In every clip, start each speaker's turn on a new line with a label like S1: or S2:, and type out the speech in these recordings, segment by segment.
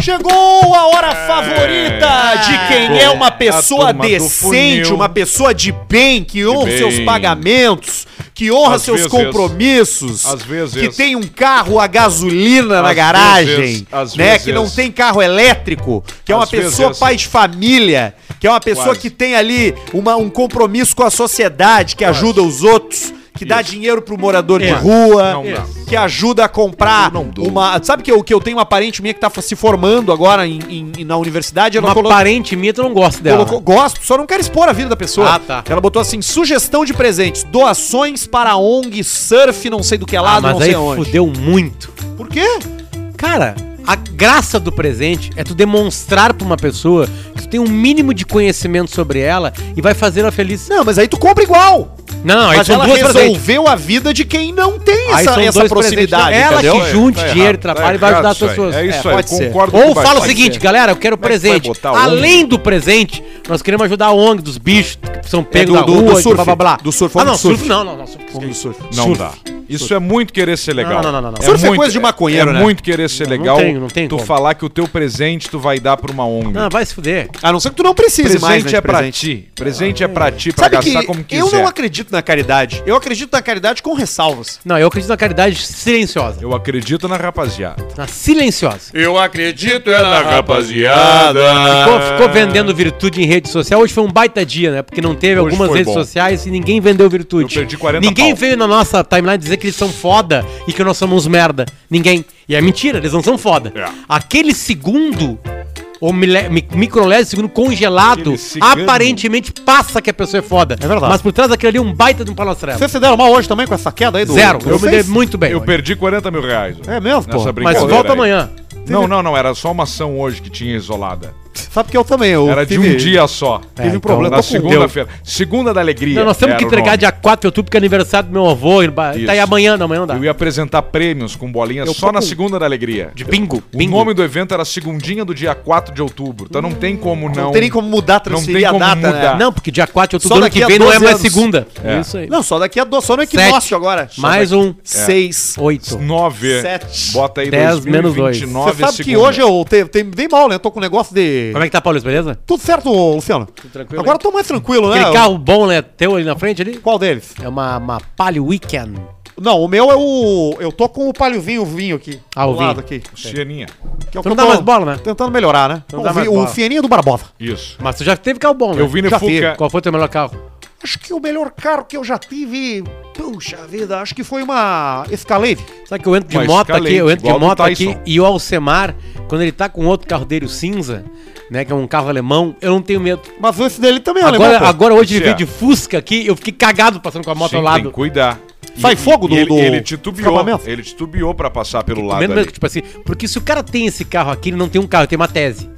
S1: Chegou a hora favorita de quem é uma pessoa
S2: a turma É. do
S1: decente,
S2: funil.
S1: uma pessoa de bem, que honra os seus
S2: bem.
S1: pagamentos, que honra
S2: Às
S1: seus
S2: vezes.
S1: compromissos,
S2: Às vezes.
S1: que tem um carro a gasolina na
S2: Às
S1: garagem,
S2: vezes, às
S1: né, que
S2: vezes.
S1: não tem carro elétrico, que é uma
S2: Às
S1: pessoa
S2: vezes.
S1: pai de família, que é uma pessoa
S2: Quase.
S1: que tem ali uma- um compromisso com a sociedade, que ajuda os outros, que dá dinheiro pro morador de
S3: É.
S1: rua,
S2: Não dá.
S1: que ajuda a comprar uma. Sabe que eu, que eu tenho uma parente minha que tá se formando agora em, em- em- na universidade? Ela
S3: Uma
S1: colo-
S3: parente minha, tu não gosta dela.
S1: colocou. Gosto, só não quero expor a vida da pessoa.
S3: Ah, tá.
S1: Ela botou assim: sugestão de presentes, doações para a ONG, surf, não sei do que
S3: Ah,
S1: um lado, não
S3: mas aí
S1: sei onde.
S3: fudeu muito.
S1: Por quê?
S3: Cara, a graça do presente é tu demonstrar pra uma pessoa que tu tem um mínimo de conhecimento sobre ela e vai fazer ela feliz.
S1: Não, mas aí tu compra igual.
S3: Não, não, aí
S1: mas
S3: são
S1: ela
S3: duas presentes.
S1: resolveu a vida de quem não tem
S3: Aí
S1: essa,
S3: são
S1: essa
S3: dois
S1: proximidade.
S3: presentes. Então, ela
S1: entendeu?
S3: que
S2: É,
S3: junte
S2: tá
S3: dinheiro,
S2: errado,
S3: trabalho
S2: tá
S3: e vai ajudar
S2: errado
S3: as pessoas.
S2: isso aí. É isso
S1: É,
S2: aí,
S1: pode ser.
S2: concordo
S3: Ou
S2: que vai-
S3: fala o
S2: vai
S3: seguinte,
S2: ser.
S3: galera, eu quero
S2: Como é que vai
S3: presente.
S2: botar a
S3: Além do presente, nós queremos ajudar a ONG dos bichos que são
S1: É
S3: pegos
S1: do,
S3: na
S1: do,
S3: rua,
S1: do
S3: e
S1: surf.
S3: blá blá blá.
S1: Do surf,
S3: Ah,
S1: do
S3: não,
S1: surf.
S3: surf não, não, não, surf.
S1: Vamos do surf.
S2: Não dá. Isso é muito querer ser legal.
S3: Não, não, não, não.
S1: Surf é
S2: muito-
S1: coisa de maconheiro,
S2: é
S1: né?
S2: muito querer ser
S3: Não, não
S2: legal
S3: tenho, não tenho
S2: tu
S3: como.
S2: falar que o teu presente tu vai dar pra uma ONG.
S3: Ah, vai se fuder.
S1: A não ser que tu não precise
S2: presente
S1: mais né, de
S2: é pra
S1: presente.
S2: ti. Presente é pra ti, pra
S1: Sabe
S2: gastar
S1: que
S2: como quiser.
S1: eu não acredito na caridade. Eu acredito na caridade com ressalvas.
S3: Não, eu acredito na caridade silenciosa.
S2: Eu acredito na rapaziada.
S3: Na silenciosa.
S2: Eu acredito é na rapaziada.
S3: Ficou, ficou vendendo virtude em rede social. Hoje foi um baita dia, né? Porque não teve
S2: Hoje
S3: algumas
S2: foi
S3: redes
S2: bom.
S3: sociais e ninguém vendeu virtude.
S2: Eu perdi 40
S3: ninguém
S2: pau.
S3: veio na nossa timeline dizer que eles são foda e que nós somos merda. Ninguém. E é mentira, eles não são foda.
S2: É.
S3: Aquele segundo ou mile- mi- microlésio segundo congelado
S2: Aquele cigano.
S3: aparentemente passa que a pessoa é foda.
S1: É verdade.
S3: Mas por trás daquele ali é um baita de um palastrelo.
S1: Vocês se deram mal hoje também com essa queda aí do...
S3: Zero.
S1: do
S3: Eu me dei
S1: Face?
S3: muito bem.
S2: tá Eu
S3: hoje.
S2: perdi 40 mil reais.
S1: É mesmo, pô?
S2: Nessa
S3: Mas
S2: brincadeira
S3: volta
S2: aí.
S3: amanhã.
S2: Não, não, não. Era só uma ação hoje que tinha isolada.
S1: Sabe que eu também. Eu
S2: Era de
S1: tive-
S2: um dia só.
S1: Teve um
S3: então,
S1: problema.
S2: Na
S1: Tô com-
S2: segunda-feira. Segunda da alegria.
S3: Não, nós temos
S2: era
S3: que
S2: o
S3: entregar
S2: nome.
S3: dia 4 de outubro, que é aniversário do meu avô. ele ba-
S2: Isso.
S3: Tá aí amanhã, não, amanhã não dá.
S2: Eu ia apresentar prêmios com bolinha
S1: Eu
S2: só na
S1: tô com-
S2: segunda da alegria.
S3: De bingo.
S2: O
S3: bingo.
S2: nome do evento era Segundinha do dia 4 de outubro. Então não tem como não.
S1: Não
S3: um-
S1: tem nem como mudar, transferir
S2: tem como
S1: a data,
S2: mudar.
S1: né?
S3: Não, porque dia 4 de
S1: Só
S3: outubro do ano
S1: daqui
S3: que
S1: a
S3: vem não é
S1: 12
S3: mais
S1: anos.
S3: segunda.
S2: É.
S3: Isso aí.
S1: Não, só daqui a... Do... Só no equinócio
S3: Sete.
S1: agora. Só
S3: mais
S1: daqui-
S3: um.
S1: Seis.
S3: Oito.
S2: 9.
S1: Sete.
S2: Bota aí
S3: Dez menos dois.
S1: Você
S2: é
S1: sabe que
S2: segunda.
S1: hoje eu te, te, dei mal, né? Eu tô com um negócio de...
S3: Como é que tá, Paulo? Beleza?
S1: Tudo certo, Luciano?
S3: tranquilo,
S1: Agora
S3: hein?
S1: eu tô mais tranquilo, né?
S3: Aquele carro bom, né? Teu ali na frente ali?
S1: Qual deles?
S3: É uma, uma Palio Weekend.
S1: Não, o meu é o... Eu tô com o paliovinho, o vinho aqui.
S3: Ah, o
S1: do lado
S3: vinho.
S1: aqui.
S2: Xeninha.
S1: Que é o
S3: Tu
S1: que
S3: não
S1: eu
S3: dá
S1: tô
S3: mais bola, né?
S1: Tentando melhorar, né?
S3: Não dá
S1: o, vi-
S3: mais
S1: o
S3: bola.
S1: fininho do Barbosa.
S2: Isso.
S3: Mas tu já teve carro bom, né?
S2: Eu vi no
S3: Já teve.
S2: Fuca.
S3: Qual foi o teu melhor carro?
S1: Acho que o melhor carro que eu já tive, puxa vida, acho que foi uma Escalade.
S3: Sabe que eu entro de
S2: Mas
S3: moto
S2: escalei,
S3: aqui, eu entro de
S2: igual do
S3: moto
S2: Tyson.
S3: aqui e o Alcemar, quando ele tá com outro carro dele, o cinza, né? Que é um carro alemão, eu não tenho medo.
S1: Mas esse dele também é
S3: Agora,
S1: alemão, pô.
S3: agora hoje ele
S2: Isso
S3: veio
S2: é.
S3: de Fusca aqui, eu fiquei cagado passando com a moto
S2: Sim,
S3: ao
S2: Tem que
S3: lado.
S2: cuidar. E-
S1: Sai
S2: e-
S1: fogo do-
S2: e ele,
S1: do
S2: ele titubeou.
S1: escapamento?
S2: Ele titubeou pra passar pelo lado.
S3: Mesmo,
S2: ali.
S3: mesmo, tipo assim, porque se o cara tem esse carro aqui, ele não tem um carro, ele tem uma tese.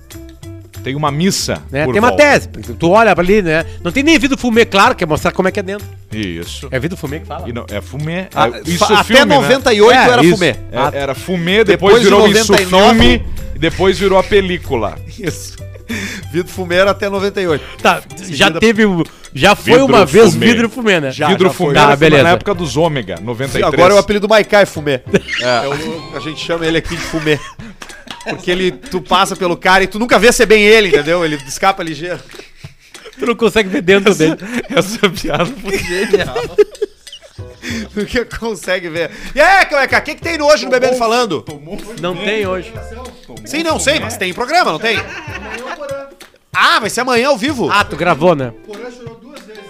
S2: Tem uma missa.
S3: né?
S1: É,
S2: por
S3: Tem uma
S2: volta.
S3: tese. Tu olha pra ali, né? Não tem nem vidro fumê, claro, que é mostrar como é que é dentro.
S2: Isso.
S3: É vidro fumê que fala.
S2: E não, é fumê.
S1: Ah,
S2: é, isso
S1: fa-
S2: é
S1: até
S2: filme, né?
S1: 98
S3: É,
S1: era
S3: isso.
S1: fumê.
S2: É,
S3: Ah,
S2: era fumê, depois,
S1: depois de
S2: virou
S1: 99.
S2: isso filme, e depois virou a película.
S1: Isso. Vidro fumê era até 98.
S3: Tá, já
S1: Seguida-
S3: teve. o- Já foi
S2: Vidro
S3: uma vez
S2: fumê.
S3: vidro fumê, né?
S1: Já. Ah,
S2: Vidro
S1: foi.
S2: fumê
S3: Tá,
S2: era fumê então na
S3: beleza.
S2: época dos ômega, 93.
S1: Agora o apelido do Maikai é fumê. É o- a gente chama ele aqui de fumê. Porque ele, tu passa pelo cara e tu nunca vê ser bem ele, entendeu? Ele escapa ligeiro.
S3: Tu não consegue ver dentro dele.
S2: Essa piada foi
S1: Nunca consegue ver. E aí, Cueca, o que, que tem hoje no Bebendo Falando?
S3: Não tem hoje.
S1: Sim, não sei, mas tem programa, não tem? Ah, vai ser amanhã ao vivo.
S3: Ah, tu gravou, né?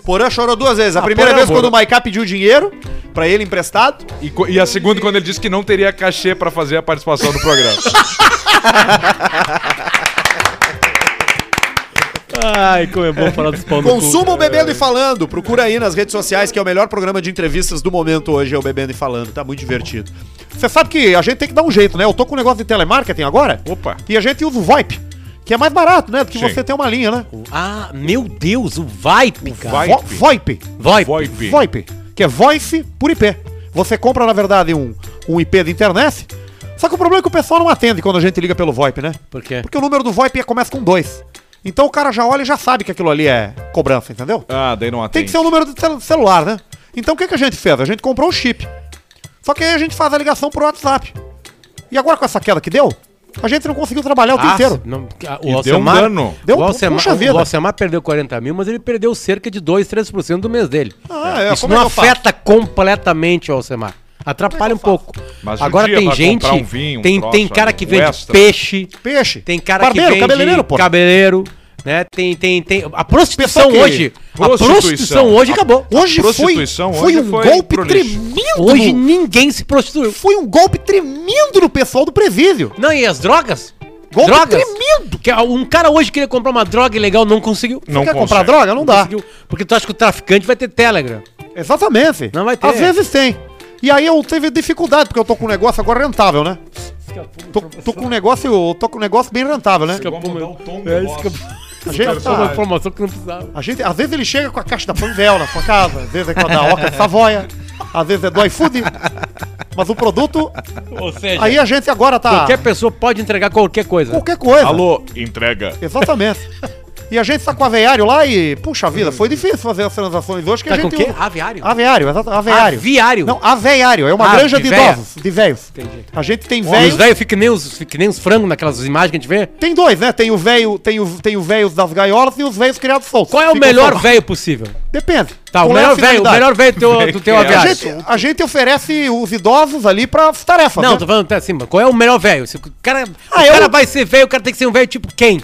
S1: Porã chorou duas vezes. A primeira
S3: Porã,
S1: vez
S3: Porã.
S1: quando o Maiká pediu dinheiro pra ele emprestado.
S2: E, co- e a segunda, quando ele disse que não teria cachê pra fazer a participação no programa.
S3: Ai, como é bom falar dos pau no cu.
S1: Consumam Bebendo e Falando. Procura aí nas redes sociais, que é o melhor programa de entrevistas do momento hoje, é o Bebendo e Falando. Tá muito divertido. Você sabe que a gente tem que dar um jeito, né? Eu tô com um negócio de telemarketing agora.
S2: Opa.
S1: E a gente usa o VoIP, que é mais barato, né? Do que
S2: Sim.
S1: você ter uma linha, né?
S3: Ah, meu Deus, o Vipe, cara.
S2: Vipe.
S1: Vo- VoIP.
S3: Vipe.
S2: VoIP.
S1: VoIP, que é Voice por IP. Você compra, na verdade, um, um IP de internet. Só que o problema é que o pessoal não atende quando a gente liga pelo VoIP, né?
S3: Por quê?
S1: Porque o número do VoIP começa com dois. Então o cara já olha e já sabe que aquilo ali é cobrança, entendeu?
S2: Ah, daí não
S1: Tem
S2: atende.
S1: que ser o número do cel- celular, né? Então o que, que a gente fez? A gente comprou o chip. Só que aí a gente faz a ligação por WhatsApp. E agora com essa queda que deu, A gente não conseguiu trabalhar o tempo inteiro.
S3: Ah, Não,
S2: E
S3: a- o
S2: deu um
S3: Alcemar,
S2: dano.
S1: Deu
S3: o, Alcemar,
S1: puxa vida.
S3: o Alcemar perdeu 40 mil, mas ele perdeu cerca de 2, 3% do mês dele.
S1: Ah, é,
S3: Isso
S1: como é
S3: não
S1: que eu faço? é
S3: afeta completamente o Alcemar. Atrapalha um pouco.
S2: Mas um
S3: Agora
S2: dia
S3: tem
S2: vai
S3: gente,
S2: comprar um vinho, um
S3: tem,
S2: troço,
S3: tem cara
S2: um
S3: que vende
S2: extra.
S3: peixe,
S1: Peixe.
S3: tem cara
S1: Barbeiro,
S3: que vende
S1: cabeleireiro, pô.
S3: cabeleireiro, né? Tem, tem, tem. A prostituição
S1: Pessoal que-
S3: hoje, a
S2: Prostituição.
S3: prostituição hoje
S2: A-
S3: acabou.
S1: Hoje foi,
S2: prostituição
S1: foi
S2: hoje
S1: um
S2: foi
S1: golpe
S2: pro lixo.
S1: tremendo.
S3: Hoje ninguém se prostituiu.
S1: Foi um golpe tremendo no pessoal do presídio.
S3: Não, e as drogas?
S1: Golpe
S3: drogas?
S1: tremendo.
S3: Que um cara hoje queria comprar uma droga ilegal, não conseguiu.
S2: Não
S1: Quer comprar
S2: consegue.
S1: droga? Não dá.
S3: Conseguiu. Porque tu acha que o traficante vai ter Telegram.
S1: Exatamente.
S3: Não vai ter.
S1: Às vezes tem. E aí eu tive dificuldade, porque eu tô com um negócio agora rentável, né? Tô, tô com um negócio, eu tô com um negócio bem rentável, né?
S2: Vamos mudar o tom do
S3: É,
S2: negócio.
S1: A gente,
S3: Só uma
S1: tá-
S3: informação que não precisava.
S1: a gente- às vezes ele chega com a caixa da Panvel na sua casa, às vezes é com a da Oca Savoia, às vezes é do iFood. Mas o produto,
S3: Ou seja,
S1: aí a gente agora tá...
S3: qualquer pessoa pode entregar qualquer coisa.
S1: qualquer coisa.
S2: Alô, entrega.
S1: Exatamente. E a gente tá com aviário lá e, puxa vida, foi difícil fazer as transações hoje que a
S3: Tá com
S1: gente.
S3: o quê? Aviário?
S1: Aviário, exato, aviário.
S3: Aviário.
S1: Não, aviário, é uma
S3: Ah,
S1: granja
S3: de
S1: de
S3: véia.
S1: idosos, de velhos. A gente tem
S3: Os
S1: velhos.
S3: velhos ficam que nem os, fica que nem os frangos naquelas imagens que a gente vê.
S1: Tem dois, né? Tem o velho, tem o, tem o velhos das gaiolas e os velhos criados soltos.
S3: Qual é o
S1: Ficam
S3: melhor
S1: soltos.
S3: velho possível?
S1: Depende.
S3: Tá, o
S1: Qual é a
S3: melhor velho, o
S1: finalidade?
S3: melhor velho do teu, do teu
S2: que é
S1: A
S3: aviário.
S1: gente, a gente oferece os idosos ali pra tarefas.
S3: Não,
S1: né?
S3: tô falando até assim, mano. Qual é o melhor velho? Se O cara,
S1: Ah,
S3: o
S1: eu-
S3: cara vai ser velho, o cara tem que ser um velho tipo quem?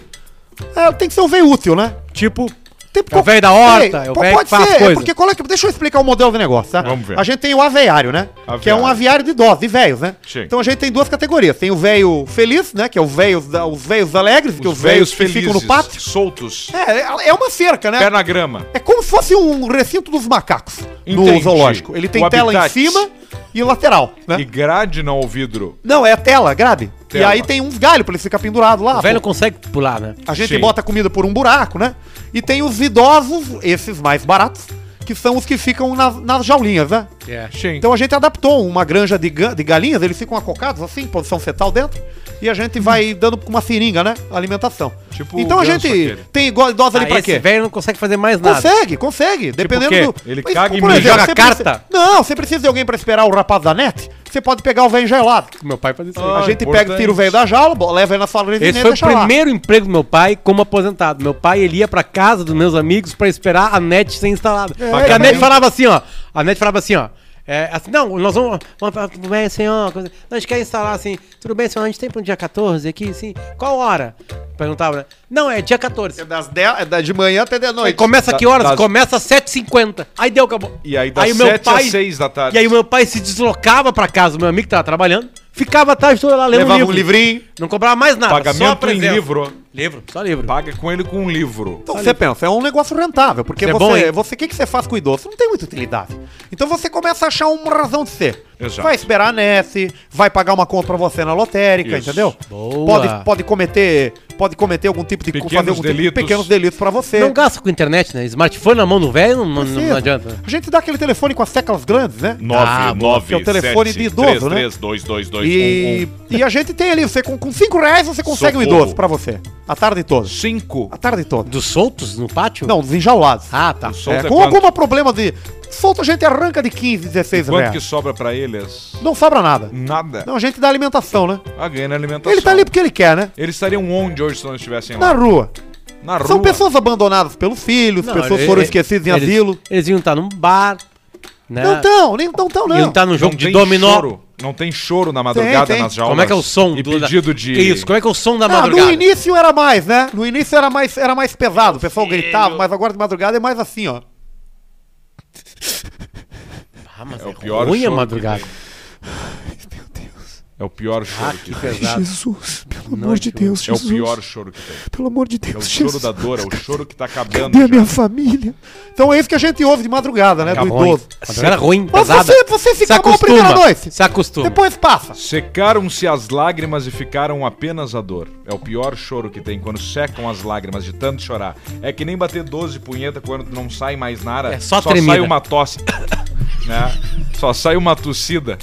S1: É, tem que ser um velho útil, né?
S3: Tipo.
S1: Tem-
S3: É o velho da horta, é o
S1: pô,
S3: velho que
S1: pode
S3: faz
S1: ser, é
S3: coisa.
S1: porque qual é que- deixa eu explicar o modelo do negócio, tá?
S2: Vamos ver.
S1: A gente tem o aviário, né? Que é um
S2: Aviário.
S1: aviário de idosos, de velhos, né?
S2: Sim.
S1: Então a gente tem duas categorias. Tem o velho feliz, né? Que é o velho, da- os velhos alegres, que é os velhos que ficam no pátio.
S2: soltos,
S1: É, é uma cerca, né?
S2: pé na grama.
S1: É como se fosse um recinto dos macacos no
S2: Entendi.
S1: zoológico. Ele tem
S2: O
S1: tela
S2: habitat.
S1: em cima e lateral, né?
S2: E grade não ao vidro.
S1: Não, é tela, grade. E
S2: Tela.
S1: aí tem uns galhos pra ele ficar pendurado lá.
S3: o velho
S1: pô.
S3: não consegue pular, né?
S1: A gente
S2: Sim.
S1: bota a comida por um buraco, né? E tem os idosos, esses mais baratos, que são os que ficam nas, nas jaulinhas, né?
S3: É.
S2: Sim.
S1: Então a gente adaptou uma granja de, ga- de galinhas, eles ficam acocados assim, posição fetal dentro, e a gente vai dando com uma seringa, né? Alimentação.
S2: Tipo
S1: então
S2: o
S1: a
S2: ganso
S1: gente
S2: aquele.
S1: tem igual idoso ali
S3: Ah,
S1: pra
S3: esse Tipo
S1: quê?
S3: velho não consegue fazer mais nada.
S1: Consegue, consegue, dependendo
S2: quê?
S1: do.
S2: Ele caga e
S1: por
S2: mija.
S1: exemplo,
S3: Joga
S1: você
S3: carta?
S1: precisa- Não, você precisa de alguém pra esperar o rapaz da net, você pode pegar o velho gelado.
S3: Meu pai fazia isso aí.
S2: Ah,
S1: a gente
S2: importante.
S1: pega, tira o velho da jaula, bo- leva ele na sala de
S3: Esse
S1: residência
S3: foi
S1: e
S3: o primeiro emprego do meu pai como aposentado. Meu pai ele ia pra casa dos meus amigos pra esperar a net ser instalada. Porque a
S1: também.
S3: net falava assim, ó. A net falava assim, ó. é, assim, não, nós vamos. vamos falar, tudo bem, senhor? coisa- Não, a gente quer instalar assim. Tudo bem, senhor? A gente tem pro dia 14 aqui, sim. Qual hora? Perguntava, né? Não, é dia 14.
S1: É das 10, é da- de manhã até de
S3: Aí
S1: noite.
S3: começa
S2: Da-
S3: que horas?
S2: das-
S3: Começa às 7h50. Aí deu, acabou.
S2: E aí das
S3: o meu
S2: 7 às
S3: pai-
S2: 6 da tarde.
S3: E aí o meu pai se deslocava pra casa do meu amigo que tava trabalhando. Ficava a tarde toda lá lendo
S1: Levava
S3: livro.
S1: um livrinho.
S3: Não cobrava mais nada. só a
S2: Pagamento em
S3: presença.
S2: livro.
S3: Livro, só livro.
S2: Paga com ele com um livro.
S1: Então você pensa, é um negócio rentável, porque
S3: Isso é
S1: você,
S3: bom, hein?
S1: você, o que, que você faz com o idoso? Não tem muita utilidade. Então você começa a achar uma razão de ser.
S2: Exato.
S1: Vai esperar a NES, vai pagar uma conta pra você na lotérica,
S2: Isso.
S1: entendeu?
S3: Boa.
S1: Pode, pode cometer, pode cometer algum tipo de
S2: Pequenos
S1: fazer algum tipo de
S2: delitos.
S1: pequenos delitos pra você.
S3: Não gasta com internet, né? Smartphone na mão do velho não, não, não
S1: Precisa.
S3: adianta.
S1: A gente dá aquele telefone com as teclas grandes, né?
S3: Ah,
S2: 9,
S3: bom,
S2: 9,
S1: que é o telefone de idoso, né?
S2: 2, 2, 2, um,
S1: E, e a gente tem ali, você com, com cinco reais você consegue um
S2: Socorro.
S1: idoso pra você. A tarde toda.
S2: 5.
S1: A tarde toda.
S3: Dos soltos no pátio?
S1: Não, desenjaulados.
S3: Ah, tá.
S2: Os
S1: É,
S2: Solta
S1: com
S2: quanto?
S1: algum problema de. Solto a gente arranca de 15, 16
S2: Quanto
S1: reais.
S2: que Hum. sobra pra eles?
S1: Não sobra nada.
S2: Nada.
S1: né? Não, a gente dá alimentação, né?
S2: Ah, ganha na alimentação.
S1: Ele tá ali porque ele quer, né?
S2: Eles estariam onde hoje se não estivessem
S1: Na
S2: lá?
S1: rua.
S2: Na Tá rua.
S1: São pessoas abandonadas pelos filhos,
S3: Não,
S1: pessoas
S3: ele-
S1: foram
S3: ele-
S1: esquecidas em
S3: eles-
S1: asilo.
S3: Eles iam estar num bar, né? tá
S1: Não tão, nem não tão,
S3: Iam
S1: não.
S3: estar num jogo
S2: Não
S3: de
S2: tem
S3: dominó.
S2: choro. Não tem choro na madrugada
S1: Tem, tem.
S2: nas jaulas.
S3: Como é que é o som?
S2: E
S3: do- da-
S2: pedido de...
S3: Que Isso, como é que é o som da
S1: Ah, no
S3: madrugada?
S1: início era mais, né? No início era mais, era mais pesado, o pessoal gritava, mas agora de madrugada é mais assim, ó.
S3: Ah, mas
S2: É o pior
S3: ruim a
S2: choro
S3: madrugada.
S2: que É o pior choro
S3: Ah,
S2: que
S3: que
S2: tem.
S3: pesado.
S4: Jesus, pelo amor
S3: Noite,
S4: de Deus,
S2: É o
S4: Jesus.
S2: pior choro que tem.
S4: Pelo amor de
S2: É
S4: Deus,
S2: o choro
S4: Jesus.
S2: da dor, é o choro que tá acabando.
S4: Cadê a
S2: já.
S4: minha família?
S1: Então é isso que a gente ouve de madrugada, né?
S3: Tá
S1: do
S3: ruim.
S1: idoso.
S3: Madrugada ruim,
S1: Mas
S3: pesada.
S1: você, você fica mal a primeira noite.
S3: se acostuma.
S1: Depois passa.
S2: Secaram-se as lágrimas e ficaram apenas a dor. É o pior choro que tem quando secam as lágrimas de tanto chorar. É que nem bater 12 punheta quando não sai mais nada.
S3: É só
S2: só
S3: tremida.
S2: sai uma tosse. né? Só sai uma tossida.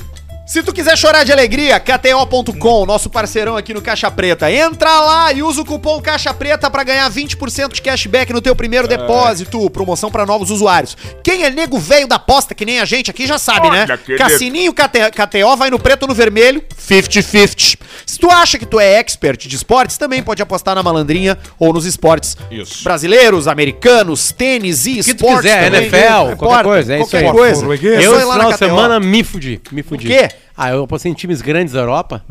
S1: Se tu quiser chorar de alegria, KTO.com, nosso parceirão aqui no Caixa Preta. Entra lá e usa o cupom Caixa Preta pra ganhar 20% de cashback no teu primeiro depósito. Promoção pra novos usuários. Quem é nego velho da aposta, que nem a gente aqui, já sabe, né? Cassininho KTO, KTO vai no preto ou no vermelho, 50-50. Se tu acha que tu é expert de esportes, também pode apostar na malandrinha ou nos esportes
S2: Isso.
S1: brasileiros, americanos, tênis e
S3: que tu
S1: esportes
S3: quiser,
S1: também.
S3: NFL,
S1: Não
S3: qualquer
S1: importa,
S3: coisa, é isso
S1: qualquer
S3: aí.
S1: coisa.
S2: Norueguês.
S1: Só
S3: Eu,
S1: ir
S3: no
S1: na
S3: final de
S1: KTO.
S3: semana, me fudi. Me fudi.
S1: quê?
S3: Ah, eu apostei em times grandes da Europa.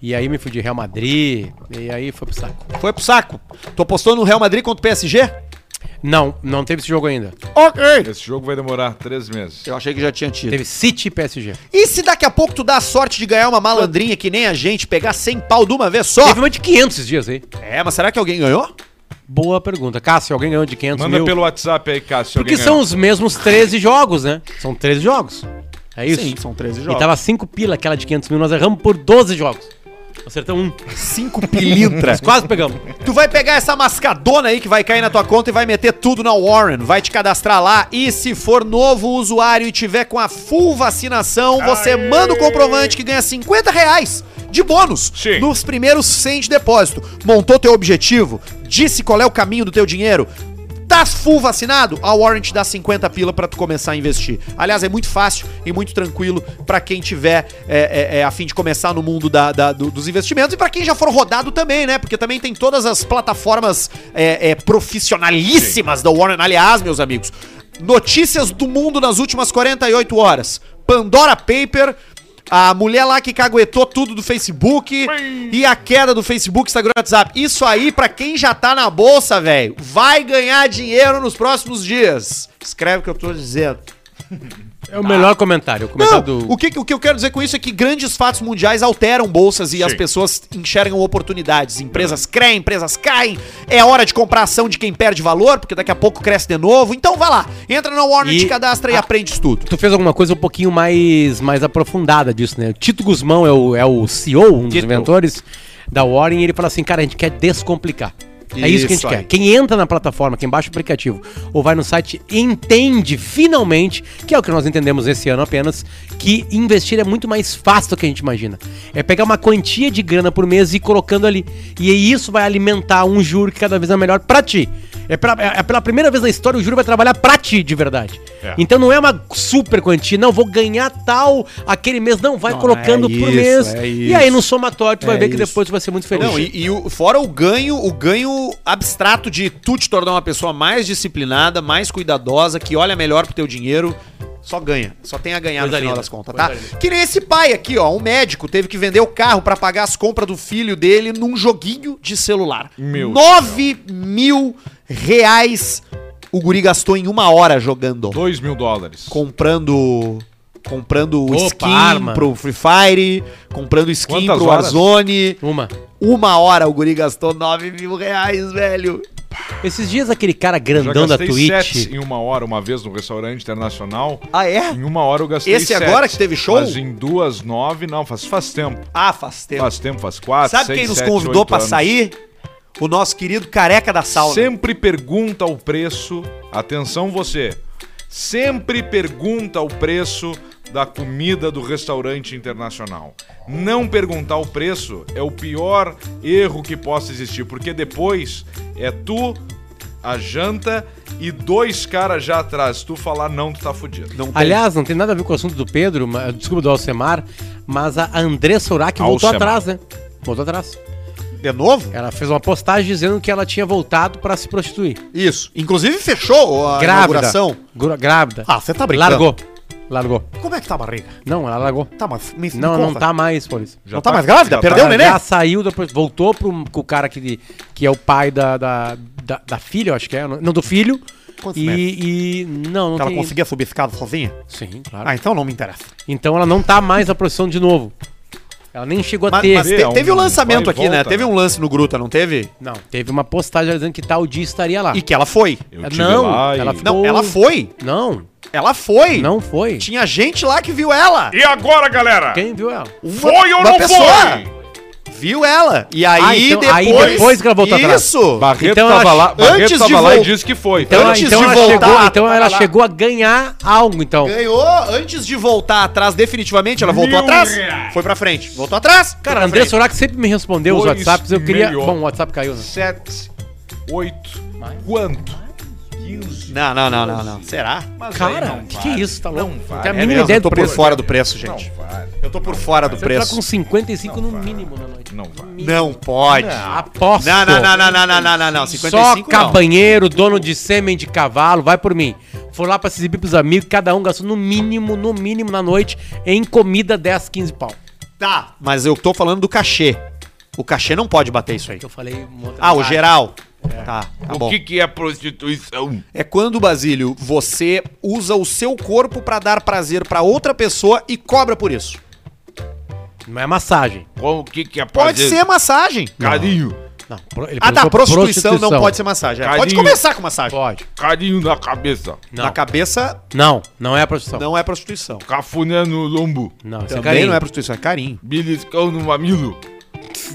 S3: E aí me fudi. Real Madrid. E aí foi pro saco.
S1: Foi pro saco. Tu apostou no Real Madrid contra o PSG?
S3: Não, não teve esse jogo ainda.
S1: Ok.
S2: Esse jogo vai demorar três meses.
S1: Eu achei que já tinha tido.
S3: Teve City e PSG.
S1: E se daqui a pouco tu dá a sorte de ganhar uma malandrinha que nem a gente, pegar 100 pau de uma vez só?
S3: Teve um- uma de 500 esses dias aí.
S1: É, mas será que alguém ganhou?
S3: Boa pergunta. Cássio, alguém ganhou de 500
S2: Manda
S3: mil?
S2: pelo WhatsApp aí, Cássio.
S3: Porque são os mesmos 13 jogos, né? São 13 jogos. É isso?
S1: Sim, são 13
S3: E
S1: jogos.
S3: tava 5 pila aquela de 500 mil, nós erramos por 12 jogos. Acertamos um.
S1: 5 pilintra.
S3: Quase pegamos.
S1: Tu vai pegar essa mascadona aí que vai cair na tua conta e vai meter tudo na Warren. Vai te cadastrar lá. E se for novo usuário e tiver com a full vacinação, você manda o comprovante que ganha 50 reais de bônus
S2: Sim.
S1: nos primeiros 100 de depósito. Montou teu objetivo? Disse qual é o caminho do teu dinheiro? Tá full vacinado? A Warren te dá 50 pila pra tu começar a investir. Aliás, é muito fácil e muito tranquilo pra quem tiver é, é, é, a fim de começar no mundo da- da- do- dos investimentos e pra quem já for rodado também, né? Porque também tem todas as plataformas é, é, profissionalíssimas da Warren. Aliás, meus amigos, notícias do mundo nas últimas 48 horas. Pandora Paper, a mulher lá que caguetou tudo do Facebook e a queda do Facebook, Instagram, WhatsApp. Isso aí, pra quem já tá na bolsa, velho, vai ganhar dinheiro nos próximos dias. Escreve o que eu tô dizendo.
S3: É o melhor comentário. O
S1: Não,
S3: comentário do.
S1: o, que, o que eu quero dizer com isso é que grandes fatos mundiais alteram bolsas e as pessoas enxergam oportunidades. Empresas creem, empresas caem. É hora de comprar ação de quem perde valor, porque daqui a pouco cresce de novo. Então vai lá, entra na Warner,
S3: E-
S1: te cadastra e
S3: a-
S1: aprende isso tudo.
S3: Tu fez alguma coisa um pouquinho mais, mais aprofundada disso, né? O Tito Guzmão é o, é o CEO, um dos
S1: Tito.
S3: inventores da Warren, e ele fala assim, cara, a gente quer descomplicar. É isso, que a
S1: Isso
S3: gente
S1: aí.
S3: quer. Quem entra na plataforma, quem baixa o aplicativo ou vai no site, entende finalmente, que é o que nós entendemos esse ano apenas, que investir é muito mais fácil do que a gente imagina. É pegar uma quantia de grana por mês e ir colocando ali. E aí isso vai alimentar um juro que cada vez é melhor pra ti. É, pra- é- é pela primeira vez na história o juro vai trabalhar pra ti de verdade.
S2: É.
S3: Então não é uma super quantia, não, vou ganhar tal aquele mês, não, vai
S1: Não,
S3: colocando
S1: é
S3: por
S1: isso,
S3: mês.
S1: é
S3: e aí
S1: isso.
S3: no somatório tu vai
S1: É
S3: ver que
S1: isso.
S3: depois tu vai ser muito feliz.
S1: Não, e, e o- fora o ganho, o ganho abstrato de tu te tornar uma pessoa mais disciplinada, mais cuidadosa, que olha melhor pro teu dinheiro, só ganha. Só tem a ganhar
S3: Coisa
S1: no final
S3: linda,
S1: das contas,
S3: coisa
S1: tá?
S3: linda.
S1: Que nem esse pai aqui, ó, um médico teve que vender o carro pra pagar as compras do filho dele num joguinho de celular.
S2: Meu
S1: Nove mil reais o guri gastou em uma hora jogando.
S2: 2 mil dólares.
S1: Comprando... Comprando
S3: Opa,
S1: skin
S3: arma.
S1: pro Free Fire, comprando skin
S2: Quantas
S1: pro
S2: horas?
S1: Warzone.
S3: Uma.
S1: Uma hora o guri gastou 9 mil reais, velho.
S3: Esses dias aquele cara
S2: Já
S3: grandão da
S2: gastei sets
S3: Twitch.
S2: em uma hora, uma vez, no restaurante internacional.
S1: Ah, é?
S2: Em uma hora eu gastei
S1: Esse
S2: sete.
S1: agora que teve show?
S2: Mas em duas, nove, não, faz, faz tempo.
S1: Ah, faz tempo.
S2: Faz tempo, faz quatro,
S1: Sabe
S2: seis,
S1: quem nos
S2: sete,
S1: convidou
S2: oito
S1: pra
S2: anos.
S1: sair? O nosso querido careca da sauna.
S2: Sempre pergunta o preço. Atenção você. Sempre pergunta o preço da comida do restaurante internacional. Não perguntar o preço é o pior erro que possa existir, porque depois é tu a janta e dois caras já atrás. Se tu falar não, tu tá fudido.
S1: Não tem.
S3: Aliás, não tem nada a ver com o assunto do Pedro, ma- desculpa, do Alcemar, mas a Andressa Urach voltou
S2: Alcemar.
S3: atrás, né? Voltou atrás.
S1: de novo?
S3: Ela fez uma postagem dizendo que ela tinha voltado pra se prostituir.
S1: Isso. Inclusive fechou a
S3: grávida.
S1: inauguração.
S3: Gru- Grávida.
S1: Ah, você tá brincando.
S3: largou. Largou.
S1: Como é que tá a barriga?
S3: Não, ela largou.
S1: Tá, mas me, me
S3: Não, não
S1: conta.
S3: tá mais, Paulista.
S2: Já
S1: Não tá mais grávida?
S2: já
S1: Perdeu o neném?
S3: Já saiu, depois voltou pro, com o cara que, que é o pai da, da, da, da filha, eu acho que é. Não, do filho.
S1: Quantos metros?
S3: E, e. Não, não
S1: Ela
S3: tem.
S1: conseguia subir escada sozinha?
S3: Sim, claro.
S1: Ah, então não me interessa.
S3: Então ela não tá mais na profissão de novo. Ela nem chegou a
S1: Mas,
S3: ter.
S1: mas te-
S2: é um
S1: teve um lançamento
S2: vai e
S1: aqui, né?
S2: volta,
S1: Teve
S2: né?
S1: um lance no Gruta, não teve?
S3: Não, teve uma postagem ela dizendo que tal dia estaria lá.
S1: E que ela foi.
S2: Eu tive
S3: Ah. Não,
S2: lá e-
S3: ela ficou-
S1: Não,
S3: Foi.
S1: ela foi.
S3: Não,
S1: Ela foi.
S3: não foi.
S1: Tinha gente lá que viu ela.
S2: E agora, galera?
S3: Quem viu ela?
S1: Uma-
S2: Foi ou
S1: uma
S2: não
S1: pessoa.
S2: foi?
S1: viu ela. E aí,
S3: Ah, então-
S1: depois,
S3: aí depois que ela voltou atrás.
S1: Isso.
S2: Barreto
S3: Então, eu
S2: tava
S3: acho-
S2: lá, Barreto
S1: antes
S2: tava
S1: de
S2: lá e
S1: vol-
S2: disse que foi.
S3: Então,
S1: Antes
S3: então
S1: de
S3: ela
S1: voltar,
S3: chegou, então
S1: tava
S3: ela
S1: lá.
S3: chegou a ganhar algo, então.
S1: Ganhou antes de voltar atrás definitivamente. Ela voltou
S2: Mil
S1: atrás,
S2: reais.
S1: foi pra frente. Voltou atrás. foi
S3: Cara,
S1: pra
S3: André
S1: frente.
S3: Sorak sempre me respondeu os
S2: Dois
S3: WhatsApps, eu queria...
S2: milhões.
S3: Bom, o WhatsApp caiu, né?
S2: 7, 8, quanto? 15.
S1: Não, não, não, não, não. Será?
S2: Mas aí
S3: Cara,
S2: não
S3: o que, que é
S2: vale.
S3: isso? Tá
S2: Não
S3: louco? Não
S2: vale.
S3: tem a
S2: É
S3: mínima
S1: mesmo,
S3: ideia
S1: eu
S3: do
S1: tô por
S3: preço.
S1: fora do preço,
S2: Não
S1: gente.
S2: vale.
S1: Eu tô por fora do
S3: Você tá com
S1: preço.
S3: 55 no
S2: vale.
S3: mínimo na noite.
S2: Não vale.
S1: Não pode.
S3: Aposto.
S1: Não, não, não, não, não, não, não, não, não. 55
S3: Só cabanheiro, dono de sêmen de cavalo, vai por mim. Foi lá pra se exibir pros amigos, cada um gastou no mínimo, no mínimo na noite, em comida 10, 15 pau.
S1: não. Tá, mas eu tô falando do cachê. O cachê não pode bater isso aí.
S3: Que eu falei um outro
S1: Ah, o
S3: cara.
S1: geral. Tá, tá
S2: O
S1: bom.
S2: que, que é prostituição?
S1: É quando, Basílio, você usa o seu corpo pra dar prazer pra outra pessoa e cobra por isso.
S3: Não é massagem.
S2: Qual- O que, que é
S1: Pode ser massagem.
S2: Carinho.
S3: Não, pro- ele
S1: Ah, tá.
S3: perguntou
S1: Prostituição, não pode ser massagem. É, Pode
S2: Carinho.
S1: começar com massagem.
S3: Pode.
S2: Carinho na cabeça.
S1: Na
S3: Não,
S1: cabeça,
S3: não, não é a prostituição. Não,
S1: não é prostituição.
S2: Cafuné no lombo.
S3: isso é
S1: Também
S3: carinho.
S1: não é prostituição, é carinho.
S2: Beliscão no mamilo.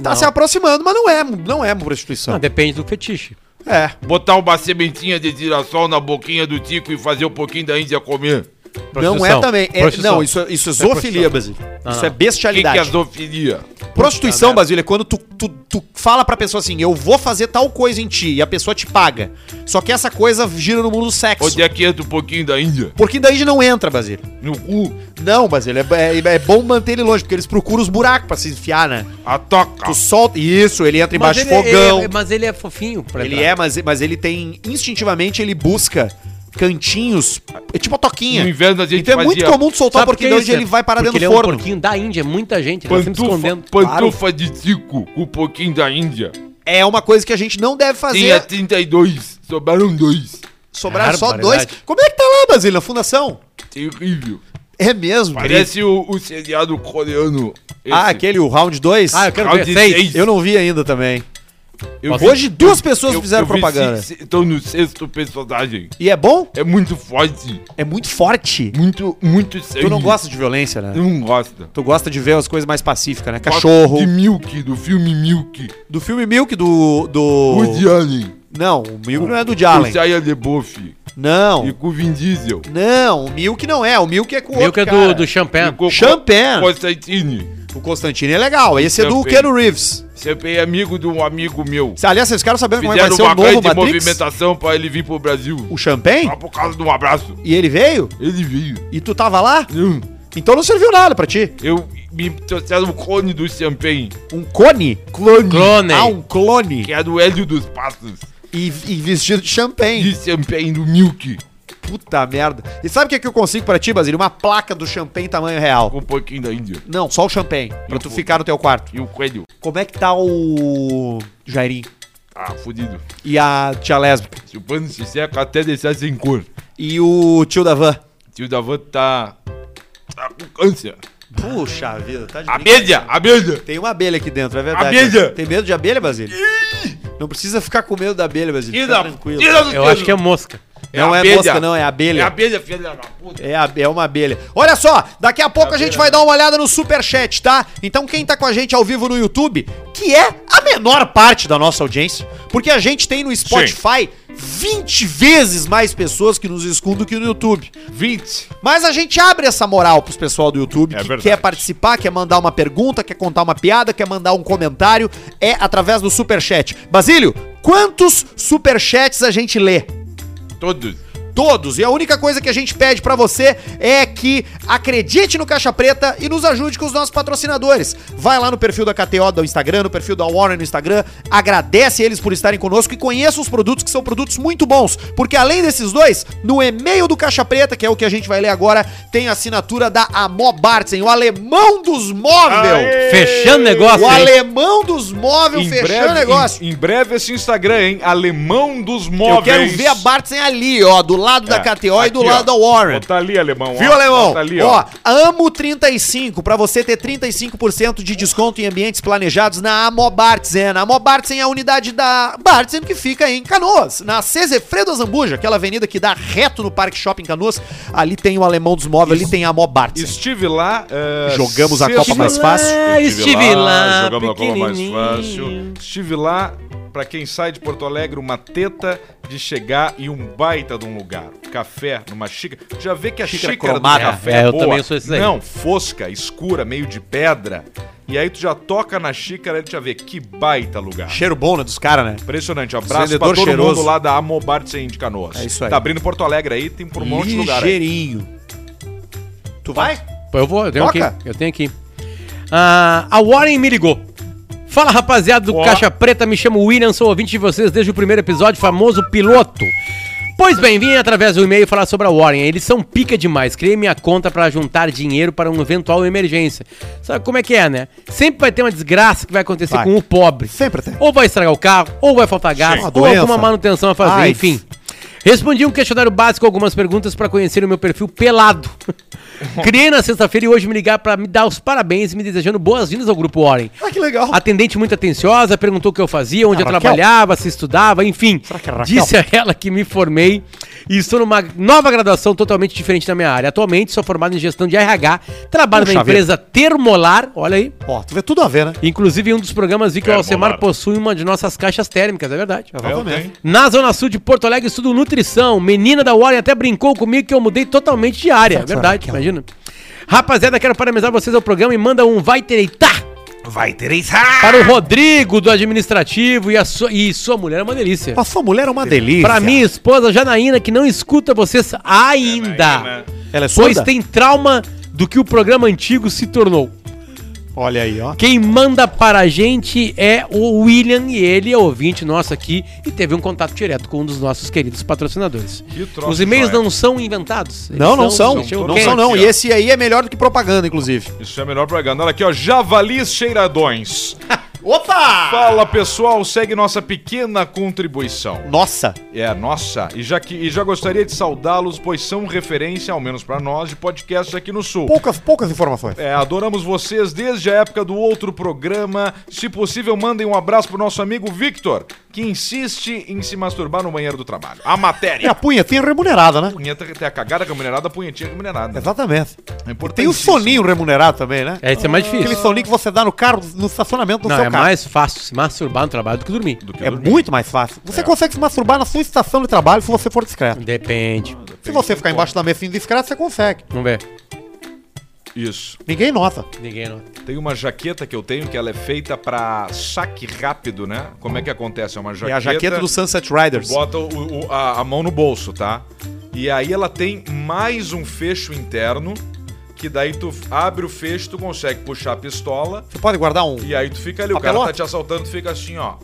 S1: Tá
S3: Não.
S1: se aproximando, mas não é, não é prostituição.
S3: Não, depende do fetiche.
S1: É.
S2: Botar uma sementinha de girassol na boquinha do tico e fazer um pouquinho da Índia comer.
S1: Não
S3: Prostituição.
S1: é também. é-
S3: Prostituição.
S1: não, isso, é- isso é zoofilia, Basílio.
S3: Não,
S1: isso
S3: não.
S1: é
S2: O que, que
S1: bestialidade.
S2: é zoofilia?
S1: Prostituição, Basílio, é quando tu, tu, tu fala pra pessoa assim, eu vou fazer tal coisa em ti, e a pessoa te paga. Só que essa coisa gira no mundo do sexo.
S2: Onde é que entra um pouquinho da Índia?
S1: Porque daí não entra, Basílio.
S2: No cu.
S1: Não, Basílio, é, é- é bom manter ele longe, porque eles procuram os buracos pra se enfiar, né?
S2: A toca.
S3: Tá.
S1: Tu solta. Isso, ele entra
S3: Mas
S1: embaixo do
S3: ele-
S1: fogão.
S3: ele é- mas ele é fofinho pra
S1: Ele
S3: entrar.
S1: é, mas, mas ele tem. Instintivamente ele busca cantinhos. É tipo a
S2: No
S1: toquinha.
S2: inverno a gente
S1: Então é muito
S2: fazia
S1: comum tu soltar
S3: Sabe por
S1: porque
S3: que
S1: porquinho
S3: isso,
S1: onde ele
S3: Neto?
S1: vai parar
S3: Porque
S1: dentro do
S3: ele é um
S1: forno.
S3: porquinho da Índia, é muita gente, ele tá sempre
S2: pantufa,
S3: escondendo.
S2: pantufa de tico com um pouquinho da Índia.
S1: É uma coisa que a gente não deve
S2: Tinha
S1: fazer.
S3: é
S2: 32, sobraram dois.
S1: Sobraram só dois.
S3: Barbaridade.
S1: Como é que tá lá, Basílio, na fundação?
S2: Terrível.
S1: É mesmo.
S2: Parece o, o seriado coreano.
S1: Esse. Ah, aquele, o round 2?
S3: Ah, eu quero ver.
S2: Round
S3: Seis.
S2: seis.
S1: Eu não vi ainda também.
S2: Eu
S3: Posso-
S1: Hoje duas pessoas fizeram propaganda.
S2: Estão no sexto personagem.
S1: E é bom?
S2: É muito forte.
S1: É muito forte.
S2: Muito, muito sério.
S1: Tu não gosta de violência, né?
S2: Não gosta.
S1: Tu gosta de ver as coisas mais pacíficas, né? Cachorro.
S2: De Milk, do filme Milk.
S1: Do filme Milk do. do...
S2: O Allen.
S1: Não, o Milk não é do
S2: O
S1: Jalen.
S2: Shia LaBeouf.
S1: Não.
S2: E com o Vin Diesel.
S1: Não, o Milk não é. O Milk é com o
S3: Milk
S1: outro
S3: é
S1: cara.
S3: do, do champanhe.
S2: E com o
S1: Champagne.
S2: Constantine.
S1: O Constantine é legal. Esse é do
S2: Champagne.
S1: Keanu Reeves.
S2: Sempre é amigo de um amigo meu.
S1: Aliás, vocês ficaram sabendo como é que vai
S2: Fizeram
S1: ser
S2: uma
S1: o novo
S2: grande
S1: Matrix?
S2: movimentação pra ele vir pro Brasil.
S1: O Champagne?
S2: Só por causa de um abraço.
S1: E ele veio?
S2: Ele veio.
S1: E tu tava lá?
S2: Eu,
S1: Então não serviu nada pra ti.
S2: eu me trouxeram o cone do champanhe.
S1: Um cone?
S2: Clone.
S3: Clone.
S1: Ah, um clone.
S2: Que é do Hélio dos Passos.
S1: E, e vestido de champanhe.
S2: De champanhe do Milk.
S1: Puta merda. E sabe o que, é que eu consigo pra ti, Basílio? Uma placa do champanhe tamanho real.
S2: Com um pouquinho da Índia.
S1: Não, só o champanhe. Pra
S2: Eu
S1: tu
S2: vou.
S1: ficar no teu quarto.
S2: E o coelho.
S1: Como é que tá o. Jairim?
S2: Ah, fudido.
S1: E a tia lésbica?
S2: Se o pano se seca até deixar sem cor.
S1: E o tio da van?
S2: Tio Davan tá. tá com câncer.
S1: Puxa vida, tá de brincadeira.
S2: Abelha! Abelha!
S1: Tem uma abelha aqui dentro, é verdade.
S2: Abelha!
S1: Tem medo de abelha, Basílio? Não precisa ficar com medo da abelha, Basílio.
S2: Tira,
S1: Fica tranquilo.
S2: tira do
S3: Eu acho que é mosca.
S1: Não é,
S2: abelha.
S1: mosca, não, é
S2: É
S1: abelha.
S2: abelha, filha da puta.
S1: É, a- é uma abelha. Olha só, daqui a
S2: É
S1: pouco a gente vai dar uma olhada no superchat, tá? Então quem tá com a gente ao vivo no YouTube, que é a menor parte da nossa audiência, porque a gente tem no Spotify 20 vezes mais pessoas que nos escutam do que no YouTube.
S2: 20.
S1: Mas a gente abre essa moral pros pessoal do YouTube
S2: É
S1: que
S2: verdade.
S1: quer participar, quer mandar uma pergunta, quer contar uma piada, quer mandar um comentário, é através do superchat. Basílio, quantos superchats a gente lê?
S2: Todos.
S1: Todos. E a única coisa que a gente pede pra você é que acredite no Caixa Preta e nos ajude com os nossos patrocinadores. Vai lá no perfil da KTO do Instagram, no perfil da Warner no Instagram, agradece eles por estarem conosco e conheça os produtos que são produtos muito bons, porque além desses dois, no e-mail do Caixa Preta, que é o que a gente vai ler agora, tem a assinatura da Amó Bartzen, o alemão dos móveis.
S3: Fechando negócio,
S1: O
S3: hein?
S1: alemão dos móveis
S2: Em
S1: fechando o
S2: breve,
S1: negócio.
S2: Em, em breve esse Instagram, hein? Alemão dos
S1: Eu
S2: móveis.
S1: quero ver a Bartzen ali, ó, do lado da
S2: É,
S1: KTO e do
S2: aqui, ó.
S1: lado da Warren.
S2: Bota ali, alemão. ó.
S1: Viu, alemão?
S2: Bota ali,
S1: ó.
S2: ó.
S1: amo 35 pra você ter 35% de desconto em ambientes planejados na Amobartzen. A Amobartzen é a unidade da Bartzen que fica em Canoas, na Cezefredo Zambuja, aquela avenida que dá reto no Parque Shopping Canoas. Ali tem o Alemão dos Móveis, ali tem a Amobartzen.
S2: Estive lá. eh,
S1: Jogamos a
S2: sexta-
S1: Copa mais fácil.
S3: Ah, estive lá,
S2: Jogamos a Copa mais
S3: pequenininho.
S2: fácil. Estive lá, pra quem sai de Porto Alegre, uma teta de chegar e um baita de um lugar. Café numa xícara. Já vê que a
S1: Xícara
S2: xícara,
S1: cromada.
S2: do café
S3: É, eu
S2: boa.
S3: também sou esse daí.
S2: Não, fosca, escura, meio de pedra. E aí tu já toca na xícara e tu já vê que baita lugar.
S1: Cheiro bom, né, dos caras, né?
S2: Impressionante. Um abraço
S1: Vendedor
S2: pra todo
S1: cheiroso.
S2: mundo lá da Amobartsen de Canoas.
S1: É isso aí.
S2: Tá abrindo Porto Alegre aí, tem por um monte de lugar aí.
S1: Ligeirinho. Tu vai?
S3: Pô, Eu vou, eu tenho
S1: Toca.
S3: aqui. Eu tenho aqui. Ah, a Warren me ligou. Fala rapaziada do
S2: Ó.
S3: Caixa Preta, me chamo William, sou ouvinte de vocês desde o primeiro episódio, famoso piloto. Pois bem, vim através do e-mail falar sobre a Warren. Eles são pica demais. Criei minha conta pra juntar dinheiro para uma eventual emergência. Sabe como é que é, né? Sempre vai ter uma desgraça que vai acontecer
S1: Vai.
S3: com o pobre.
S1: Sempre tem.
S3: Ou vai estragar o carro, ou vai faltar gás,
S1: Sim.
S3: ou
S1: Doença.
S3: alguma manutenção a fazer,
S1: Ai.
S3: enfim. Respondi um questionário básico, algumas perguntas pra conhecer o meu perfil pelado. Criei na sexta-feira e hoje me ligar pra me dar os parabéns e me desejando boas-vindas ao grupo Warren.
S1: Ah, que legal.
S3: Atendente muito atenciosa, perguntou o que eu fazia, onde
S1: Ah,
S3: eu
S1: Raquel.
S3: trabalhava, se estudava, enfim.
S1: Será que é Raquel?
S3: Disse a ela que me formei e estou numa nova graduação totalmente diferente da minha área. Atualmente sou formado em gestão de RH, trabalho
S1: Puxa
S3: na empresa Termolar, olha aí,
S1: Ó, tu vê tudo a ver, né?
S3: Inclusive, em um dos programas vi que o
S2: Quero
S3: Alcemar
S2: molar.
S3: possui uma de nossas caixas térmicas, é verdade.
S1: Provavelmente.
S3: Na Zona Sul de Porto Alegre, estudo nutrição. Menina da Warren até brincou comigo que eu mudei totalmente de área. É verdade, imagina. Rapaziada, quero parabenizar vocês ao programa e manda um vai tereitá
S2: Vai ter
S3: para o Rodrigo do administrativo e, a sua, e sua mulher é uma delícia.
S1: A sua mulher é uma delícia.
S3: Para minha esposa Janaína, que não escuta vocês ainda,
S1: ela é
S3: pois
S1: surda?
S3: tem trauma do que o programa antigo se tornou.
S1: Olha aí, ó.
S3: Quem manda para a gente é o William e ele é ouvinte nosso aqui e teve um contato direto com um dos nossos queridos patrocinadores.
S2: Que troço
S3: Os e-mails
S2: joia.
S3: não são inventados. eles
S1: Não, não são.
S3: deixa eu-
S1: Não
S2: quem-
S1: são, não.
S2: aqui,
S1: E
S2: ó.
S1: esse aí é melhor do que propaganda, inclusive.
S2: Isso é melhor propaganda. Olha aqui, ó. Javalis Cheiradões.
S1: Opa!
S2: Fala pessoal, segue nossa pequena contribuição.
S1: Nossa!
S2: É, nossa, e já, que, e já gostaria de saudá-los, pois são referência, ao menos pra nós, de podcasts aqui no Sul.
S1: Poucas, poucas informações.
S2: É, adoramos vocês desde a época do outro programa. Se possível, mandem um abraço pro nosso amigo Victor, que insiste em se masturbar no banheiro do trabalho. A
S1: E a
S2: matéria.
S1: punhetinha remunerada, né?
S2: Punheta tem a cagada remunerada, a punhetinha remunerada.
S1: Exatamente.
S2: É
S1: Tem o soninho remunerado também, né?
S3: É, isso é mais
S1: Aquele
S3: difícil.
S1: soninho que você dá no carro, no estacionamento do
S3: Não,
S1: seu
S3: é
S1: carro.
S3: mais fácil se masturbar no trabalho do que dormir.
S2: Do que
S1: É
S2: dormir.
S1: muito mais fácil. Você consegue se masturbar na sua estação de trabalho se você for discreto.
S3: Depende.
S1: Se você ficar embaixo da mesa indiscreto, você consegue.
S3: Vamos ver.
S2: Isso.
S1: Ninguém nota.
S3: Ninguém não.
S2: Tem uma jaqueta que eu tenho que ela é feita pra saque rápido, né? Como é que acontece? É uma jaqueta.
S1: É a jaqueta do Sunset Riders.
S2: Bota o- o- a, a mão no bolso, tá? E aí ela tem mais um fecho interno, que daí tu abre o fecho, tu consegue puxar a pistola,
S1: Você pode guardar um.
S2: e aí tu fica ali, o cara
S1: Papelota.
S2: tá te assaltando, tu fica assim, ó.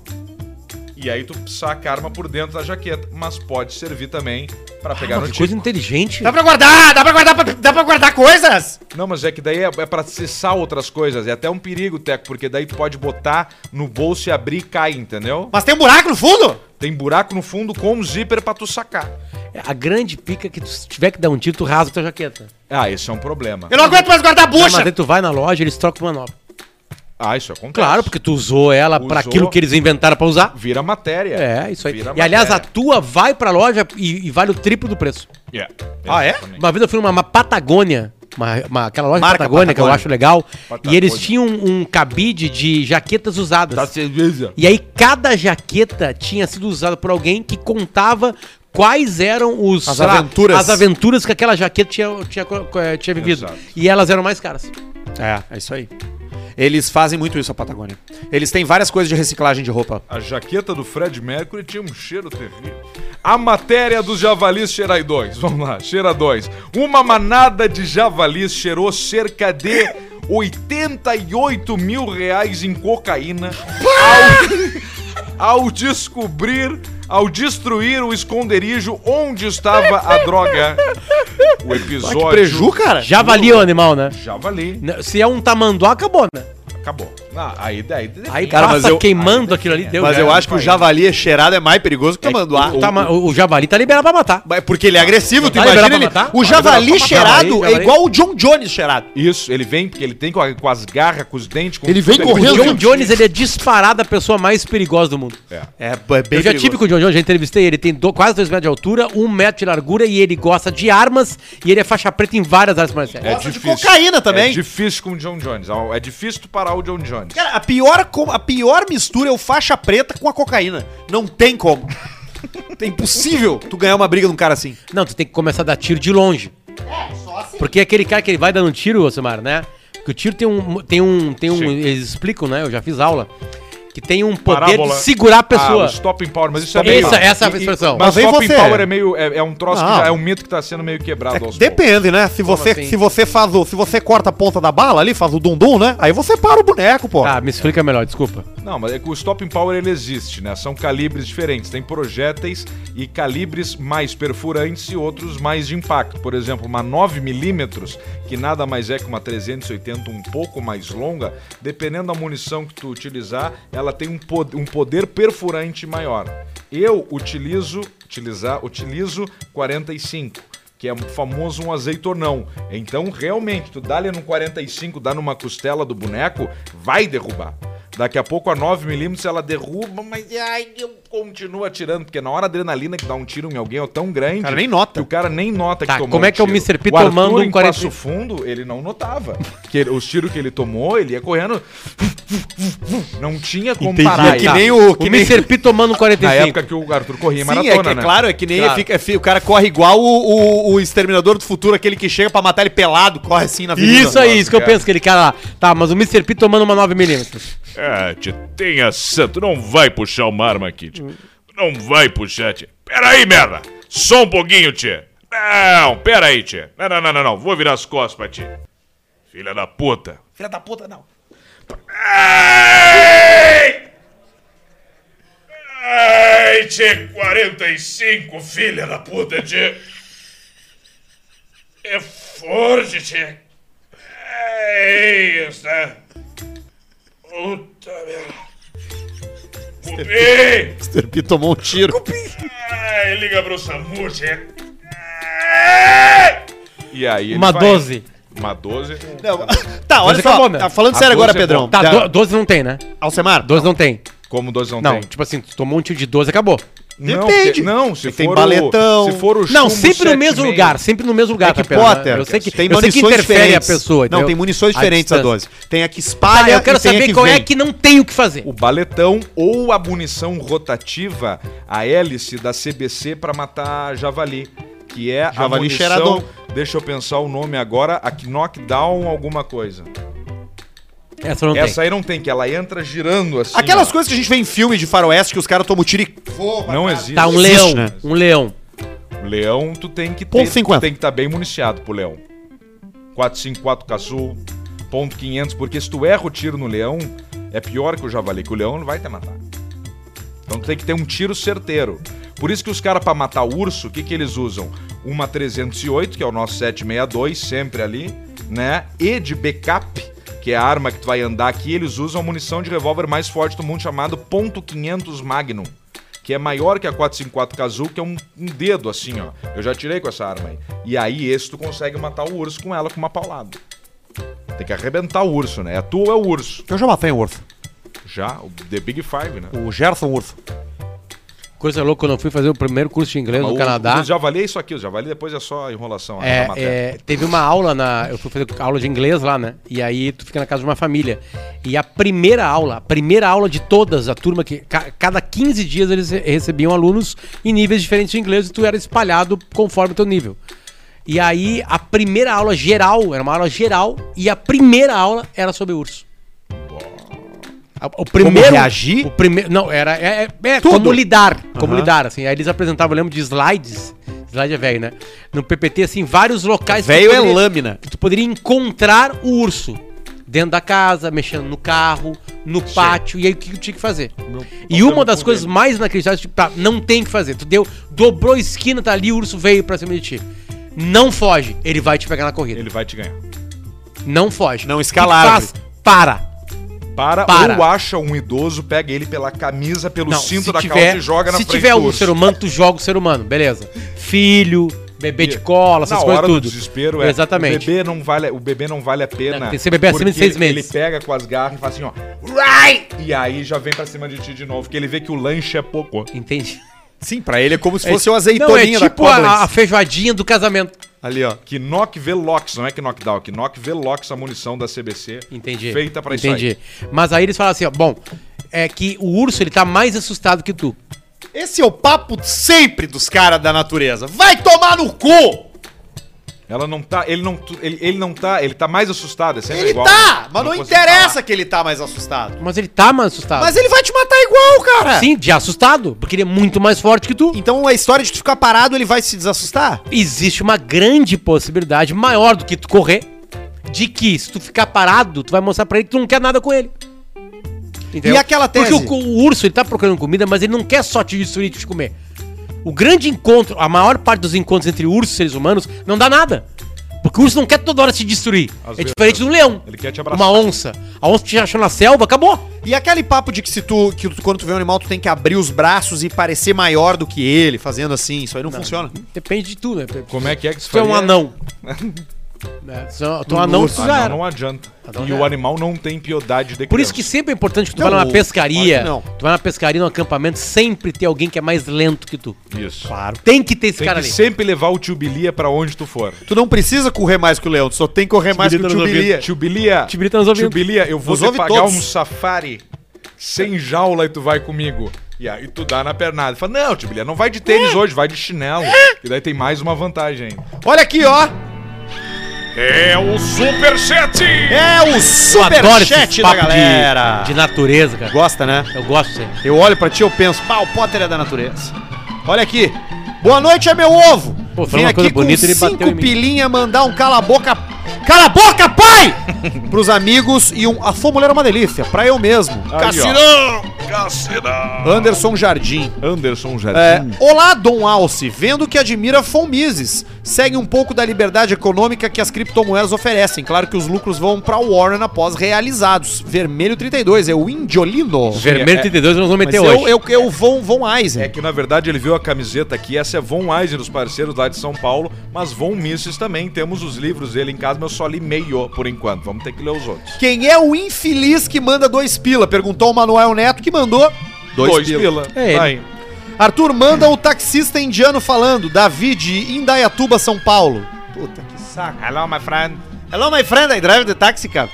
S2: E aí tu saca a arma por dentro da jaqueta, mas pode servir também pra Tá pegar no
S3: que coisa
S2: tiro.
S3: inteligente.
S1: pra guardar! Dá pra guardar! pra- Dá pra guardar coisas!
S2: Não, mas é que daí é, é pra acessar outras coisas, é até um perigo, Teco, porque daí tu pode botar no bolso e abrir e cai, entendeu?
S1: Mas tem um buraco no fundo!
S2: Tem buraco no fundo com um zíper pra tu sacar.
S3: A grande pica é que tu, se tiver que dar um tiro, tu rasga tua jaqueta.
S2: Ah, esse é um problema.
S1: Eu não aguento mais guardar
S3: Não, mas aí tu vai na loja, eles trocam uma nova.
S2: Ah, isso acontece.
S3: Claro, porque tu usou ela pra
S2: Usou.
S3: aquilo que eles inventaram pra usar.
S2: Vira matéria.
S3: É, isso aí.
S2: Vira
S3: E aliás, a
S2: matéria.
S3: tua vai pra loja e, e vale o triplo do preço.
S2: É.
S1: Ah, é?
S2: Exatamente.
S3: Uma vez eu fui numa uma Patagônia, uma, uma- aquela loja
S1: Marca
S3: Patagônia, que eu
S1: Patagônia.
S3: acho legal,
S2: Patagônia. Tá
S3: e eles tinham um, um cabide de jaquetas usadas.
S2: Da cerveja.
S3: E aí cada jaqueta tinha sido usada por alguém que contava quais eram os,
S1: As
S3: sei lá,
S1: aventuras.
S3: as aventuras que aquela jaqueta tinha, tinha, co- co- eh, tinha vivido.
S2: Exato.
S3: E elas eram mais caras.
S1: É, é isso aí. Eles fazem muito isso a Patagônia. Eles têm várias coisas de reciclagem de roupa.
S2: A jaqueta do Fred Mercury tinha um cheiro terrível. A matéria dos javalis cheiraidões. Vamos lá, cheiraidões. Uma manada de javalis cheirou cerca de 88 mil reais em cocaína ao, ao descobrir, ao destruir o esconderijo onde estava a droga. O episódio...
S1: cara?
S3: Já valia o animal, né?
S2: Javali.
S3: N- Se é um tamanduá, acabou, né?
S2: Acabou. Não, aí daí.
S3: Aí
S4: Cara,
S3: passa
S4: mas eu-
S3: queimando aquilo ali, deu.
S4: Mas
S3: já.
S4: eu acho que o javali cheirado é mais perigoso que o tamanduá.
S3: O, tama- o- o javali tá liberado pra matar.
S4: Mas Porque ele é agressivo, tu
S3: Vai liberar
S4: imagina
S3: pra
S4: ele.
S3: matar?
S1: O
S3: Vai
S1: javali
S3: liberar pra matar.
S1: cheirado
S3: Javali,
S1: é
S3: javali.
S1: igual o John Jones cheirado.
S2: Isso, ele vem porque ele tem com, a- com as garras, com os dentes. Com
S1: Ele vem
S2: com
S1: correndo.
S3: O
S1: Meu
S3: John
S1: Deus.
S3: Jones, ele é disparado a pessoa mais perigosa do mundo.
S2: É.
S1: É, é bem
S3: eu já tive com o John Jones, já entrevistei ele, tem do- quase 2 metros de altura, 1 um metro de largura e ele gosta de armas e ele é faixa preta em várias artes marciais.
S2: É
S1: Gosta de cocaína também.
S2: É difícil com o John Jones. É difícil tu parar o John Jones.
S1: Cara, a pior, co- a pior mistura é o faixa preta com a cocaína. Não tem como. é impossível tu ganhar uma briga de um cara assim.
S3: Não, tu tem que começar a dar tiro de longe. Porque é aquele cara que ele vai dando tiro, Osimar, né? Porque o tiro tem um. Tem um, tem um
S2: Sim.
S3: eles explicam, né? Eu já fiz aula. Que tem um poder
S2: Parábola.
S3: de segurar a pessoa.
S2: Ah, o stopping power, mas isso é
S3: Stopping power. Essa- essa é a expressão.
S2: Mas
S1: Mas vem
S2: stopping
S1: você.
S2: power é meio. É, é um troço que
S1: Não.
S2: já é um mito que tá sendo meio quebrado aos poucos.
S1: Depende, né? Se você,
S3: assim?
S1: se você faz o, se você corta a ponta da bala ali, faz o dum-dum, né? Aí você para o boneco, pô.
S3: Tá, me explica melhor, desculpa.
S2: Não, mas é que o stopping power ele existe, né? São calibres diferentes. Tem projéteis e calibres mais perfurantes e outros mais de impacto. Por exemplo, uma 9mm, que nada mais é que uma 380 um pouco mais longa, dependendo da munição que tu utilizar, ela tem um po- um poder perfurante maior. Eu utilizo, utilizar, utilizo 45 que é famoso um azeitonão. Então, realmente, tu dá ali no 45, dá numa costela do boneco, vai derrubar. Daqui a pouco a 9mm ela derruba, mas ai, eu continuo atirando, porque é na hora a adrenalina que dá um tiro em alguém é tão grande.
S1: cara nem nota.
S2: que o cara nem nota
S3: Tá,
S2: que tomou. um
S3: como é que é o
S2: tiro.
S3: Mr. P
S2: Arthur,
S3: tomando um
S2: em
S3: 40
S2: Passo fundo, ele não notava. que ele- os tiros que ele tomou, ele ia correndo. Não tinha como
S4: Entendi.
S2: parar.
S4: É
S2: ele.
S1: o.
S3: tá. o Mr. P tomando um
S2: Na
S3: 45.
S2: época que o Arthur corria em
S1: Sim,
S2: maratona,
S1: é, que, é
S2: né?
S1: claro, é que nem
S3: Claro.
S1: fica- é fi- o cara corre igual o, o, o exterminador do futuro, aquele que chega pra matar ele pelado, corre assim na avenida.
S3: Isso aí, isso que eu
S2: cara.
S3: penso, aquele cara lá. Tá, mas o Mr. P tomando uma 9mm.
S5: Ah, tia, tenha santo, não vai puxar uma arma aqui, tia. Não vai puxar, tia. Pera aí, merda! Só um pouquinho, tia. Não, pera aí, tia. Não, não, não, não, não. Vou virar as costas pra tia. Filha da puta.
S2: Filha da puta, não.
S5: Ai! Ai, tia, 45, filha da puta, tia. É forte, tia. Ai, essa... É né? Puta merda. Cupim!
S1: Mr. P tomou um tiro.
S5: Ai, liga pro Samu, tia. Ai!
S2: E aí ele
S3: Uma
S2: vai.
S3: 12.
S2: Uma 12.
S1: Não, tá, olha
S3: Mas é
S1: só.
S3: acabou, meu.
S1: tá falando
S2: A
S1: sério agora,
S2: 12 é
S1: Pedrão.
S2: bom.
S3: né? Tá,
S1: Já-
S3: do- 12 não tem, né?
S1: Alcemar,
S3: 12 não tem.
S2: Como 12 não,
S3: Não,
S2: tem.
S3: tipo assim, tu tomou um tiro de 12 acabou.
S2: Não,
S1: Depende.
S2: porque- Não, se
S1: Tem
S2: for
S1: baletão.
S2: O, se for o
S3: Não,
S2: chumbo
S3: sempre no
S2: 7,5,
S3: mesmo lugar, sempre no mesmo lugar,
S1: Harry
S3: Tapera, né?
S1: É Potter.
S3: Eu sei que,
S1: tem
S3: eu sei que
S1: munições
S3: interfere
S1: diferentes.
S3: a pessoa,
S1: Não,
S3: entendeu?
S1: tem munições diferentes a,
S3: distância.
S1: 12. Tem a que
S3: Tá,
S1: espalha
S3: eu quero
S1: e tem a
S3: saber qual é
S1: vem.
S3: que não tem o que fazer.
S2: O baletão ou a munição rotativa, a hélice da CBC pra matar javali, que é a
S1: Javali
S2: munição,
S1: cheiradão.
S2: deixa eu pensar o nome agora, a que knockdown alguma coisa.
S3: Essa não
S2: Essa aí não tem, que ela entra girando assim.
S1: Aquelas
S2: ó.
S1: coisas que a gente vê em filme de faroeste que os caras tomam tiro e... Fogo.
S2: Não
S3: tem.
S2: existe.
S3: Tá, um
S1: existe,
S3: leão,
S1: né?
S3: um leão.
S2: Leão, tu tem que ter,
S1: Ponto
S2: tu
S1: 50.
S2: tem que estar bem municiado pro leão. 454 caçul, ponto 500, porque se tu erra o tiro no leão, é pior que o javali, que o leão não vai te matar. Então tu tem que ter um tiro certeiro. Por isso que os caras pra matar urso, o que que eles usam? Uma 308, que é o nosso 762, sempre ali, né? E de backup, que é a arma que tu vai andar aqui, eles usam a munição de revólver mais forte do mundo chamado ponto .500 Magnum. Que é maior que a 454 Kazoo, que é um, um dedo assim, ó. Eu já tirei com essa arma aí. E aí, esse tu consegue matar o urso com ela com uma paulada. Tem que arrebentar o urso, né? É tu ou é o urso?
S1: Eu já matei um urso.
S2: Já, o The Big Five, né?
S1: O Gerson é um Urso.
S3: Coisa louca, quando eu fui fazer o primeiro curso de inglês
S2: Ah, Mas
S3: no
S2: o-
S3: Canadá.
S2: O javali é isso aqui, o javali depois é só enrolação. a-
S3: É,
S2: a matéria.
S3: é, teve uma aula na. Eu fui fazer aula de inglês lá, né? E aí tu fica na casa de uma família. E a primeira aula, a primeira aula de todas, a turma que. ca- cada 15 dias eles re- recebiam alunos em níveis diferentes de inglês e tu era espalhado conforme o teu nível. E aí a primeira aula geral, era uma aula geral, e a primeira aula era sobre urso. A- O primeiro,
S1: reagir?
S3: O primeiro, não, era é, é, é,
S1: Tudo.
S3: como lidar, como
S1: Aham.
S3: lidar, assim. Aí eles apresentavam, eu lembro de slides, slide é velho, né? No PPT, assim, vários locais... que tu
S1: Velho é
S3: poderia-
S1: lâmina.
S3: Que tu poderia encontrar o urso. Dentro da casa, mexendo no carro, no pátio, e aí o que tu tinha que fazer? e uma das coisas mais inacreditáveis, tipo, tá, não tem o que fazer. Tu deu, dobrou a esquina, tá ali, o urso veio pra cima de ti. Não foge, ele vai te pegar na corrida.
S2: Ele vai te ganhar.
S3: Não foge.
S1: Não escala a
S3: O que tu faz? Para.
S2: Para,
S3: Para.
S2: ou acha um idoso, pega ele pela camisa, pelo
S3: Não,
S2: cinto
S3: se
S2: da
S3: tiver,
S2: calça e joga na
S3: Se
S2: frente
S3: tiver
S2: do
S3: um
S2: urso.
S3: ser humano, tu joga o ser humano, beleza. Filho, bebê de cola, essas
S2: na
S3: coisas
S2: hora
S3: tudo.
S2: do desespero é
S3: Exatamente.
S2: o bebê não vale o bebê não vale a
S3: Não,
S2: pena
S3: tem que ser bebê acima de
S2: porque
S3: seis
S2: ele-
S3: meses.
S2: ele pega com as garras e faz assim ó "Uai!" e aí já vem pra cima de ti de novo porque ele vê que o lanche é pouco
S3: Entende?
S1: Sim, pra ele é como se
S3: É-
S1: fosse uma
S3: Não, é
S1: azeitoninha da
S3: tipo
S1: Koblenz.
S3: a, a feijoadinha do casamento.
S1: Ali, ó.
S2: que knock velox não é que knockdown que knock velox a munição da CBC
S3: Entendi.
S2: feita pra isso
S3: Entendi. Mas aí eles falam assim, ó, bom, é que o urso ele tá mais assustado que tu.
S4: Esse é o papo sempre dos caras da natureza. Vai tomar no cu!
S2: ela não tá ele não tu- ele, ele não tá ele tá mais assustado é sempre
S4: Ele
S2: igual
S4: tá, mas não,
S2: consigo
S4: interessa
S2: falar.
S4: que ele tá mais assustado.
S3: Mas ele tá mais assustado.
S4: Mas ele vai te matar igual, cara.
S3: Sim, de assustado, porque ele é muito mais forte que tu.
S1: Então a história de tu ficar parado, ele vai se desassustar?
S3: existe uma grande possibilidade, maior do que tu correr, de que se tu ficar parado, tu vai mostrar pra ele que tu não quer nada com ele. Entendeu?
S1: E aquela tese?
S3: Porque o, o urso, ele tá procurando comida, mas ele não quer só te destruir e te comer. O grande encontro, a maior parte dos encontros entre ursos e seres humanos, não dá nada. Porque o urso não quer toda hora se destruir.
S2: Às
S3: é
S2: vezes. né?
S3: diferente de um leão.
S2: Ele quer te abraçar.
S3: Uma onça. A onça te achou na selva, acabou.
S1: E aquele papo de que se tu, que tu- quando tu vê um animal, tu tem que abrir os braços e parecer maior do que ele, fazendo assim, isso aí não, funciona.
S3: Depende de tu, né? Se
S2: como é que é que isso
S3: tu é um
S2: faria?
S3: anão. né? Se tu é um anão, tu
S2: Ah,
S3: já
S2: não,
S3: era.
S2: não adianta.
S1: Tá
S3: Então
S2: e
S3: já
S2: o
S3: era.
S2: animal não tem piedade de
S3: Por isso que
S2: criança.
S3: sempre é importante que tu
S1: Não,
S3: vá numa
S1: o-
S3: pescaria,
S1: claro que
S3: tu vai numa pescaria, num acampamento, sempre ter alguém que é mais lento que tu.
S2: Isso.
S1: Claro.
S3: Tem que ter esse
S2: Tem
S3: cara
S2: que
S3: ali.
S2: sempre levar o tio Bilia pra onde tu for.
S1: Tu não precisa correr mais que o leão, tu só tem que correr mais que o
S4: Tibilita
S1: tio
S4: nos
S1: Bilia.
S2: Tio Bilia,
S3: Tio Bilia tá nos
S2: Tio
S3: ouvindo.
S2: Bilia, eu vou
S1: Nos
S2: te
S1: ouve
S2: pagar
S1: todos.
S2: um safari sem jaula e tu vai comigo. E aí tu dá na pernada. Fala, não, Tio Bilia, não vai de
S1: É.
S2: tênis hoje, vai de chinelo. E daí tem mais uma vantagem ainda.
S1: Olha aqui, ó.
S5: É o Super Chat!
S1: É o
S3: Eu adoro
S1: superchat
S3: esse
S1: da
S3: papo
S1: galera.
S3: de, de natureza, cara.
S1: Gosta, né?
S3: Eu gosto disso aí.
S1: Eu olho pra ti e eu penso, pá, o Potter é da natureza. Olha aqui. Boa noite, é meu ovo.
S3: Pô, falou
S1: Vem
S3: uma
S1: aqui
S3: coisa
S1: com
S3: bonita, ele bateu
S1: cinco
S3: em mim.
S1: pilinha mandar um cala a boca... Cala a boca, pai! Pros amigos e um... A sua mulher é uma delícia, pra eu mesmo. Cassirão.
S5: Cacera!
S1: Anderson Jardim.
S2: Anderson
S1: É,
S2: Jardim.
S1: Olá, Dom Alce. Vendo que admira Von Mises. Segue um pouco da liberdade econômica que as criptomoedas oferecem. Claro que os lucros vão pra Warren após realizados. Vermelho 32, é o Indiolino.
S3: Vermelho 32 nós vamos
S1: é. Mas
S3: meter
S1: eu,
S3: hoje.
S1: eu, eu, um Von, Von
S2: É
S1: Eisen.
S2: que na verdade ele viu a camiseta aqui, essa é Von Eisen, dos parceiros lá de São Paulo, mas Von Mises também, temos os livros dele em casa, mas eu só li meio por enquanto, vamos ter que ler os outros.
S1: Quem é o infeliz que manda dois pila? Perguntou o Manuel Neto, que mandou dois, pila.
S3: É ele.
S2: Tá aí.
S1: Arthur, manda o taxista indiano falando. Davi de Indaiatuba, São Paulo. Puta que saco.
S2: Hello, my friend.
S4: Hello, my friend, I drive the taxi cab.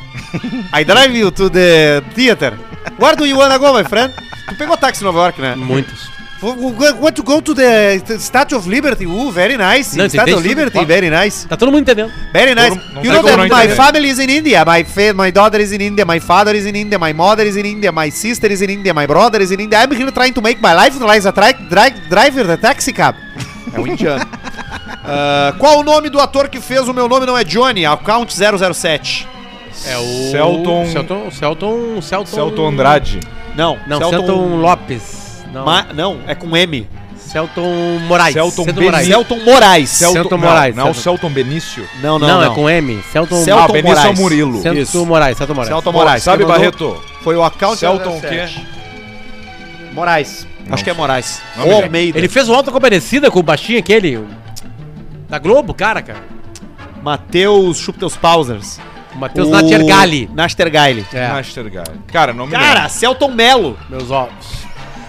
S4: I drive you to the theater. Where do you wanna go, my friend? Tu pegou táxi em Nova York, né?
S3: Muitos.
S4: Want to go to the Statue of Liberty? Uh, very nice.
S3: Não, você
S4: Statue of
S3: entende tudo?
S4: Liberty, very nice.
S3: Tá todo mundo entendendo.
S4: Very nice.
S2: Não- não
S4: you
S2: tá
S4: know
S2: como
S4: that
S2: não
S4: my
S2: entender.
S4: family is in India. My fa- my daughter is in India. My father is in India. My mother is in India. My sister is in India. My brother is in India. I'm here trying to make my life like a tra- dri- driver the taxi cab.
S1: É o indiano. Ah, qual o nome do ator que fez O Meu Nome Não É Johnny? Account 007.
S3: É o...
S2: Celton-
S3: Celton... Celton... Celton...
S2: Celton Andrade.
S1: Não,
S3: Não,
S1: Celton-
S3: Celton, Lopes. Não.
S1: Ma- não, é com M.
S3: Celton Moraes.
S2: Celton
S3: Celton
S2: Beni-
S3: Moraes.
S1: Celton Moraes.
S3: Celton Moraes,
S2: Não, não é o
S3: Celton.
S2: Celton Benício.
S1: Não,
S3: Não, é com M. Celton...
S1: Celton
S2: ah, Benício é o
S1: Moraes.
S2: Murilo.
S3: Celton
S1: isso.
S3: Moraes. Celton Moraes.
S1: Celton
S2: Bom,
S1: Moraes.
S2: Sabe,
S1: Quem mandou
S2: Barreto?
S1: Foi o account
S2: Celton
S1: 007. Moraes. Acho que é Moraes.
S2: Não me
S1: Ou
S2: lembro.
S1: Almeida.
S3: Ele fez o Alta Comparecida com o baixinho aquele. o- Da Globo, cara, cara.
S1: Matheus, chupa teus pausers.
S3: O Matheus Natiergali.
S1: Nastergalli.
S3: É,
S2: Master Guy. Cara, não me
S1: Cara, Celton Melo.
S3: meus ovos.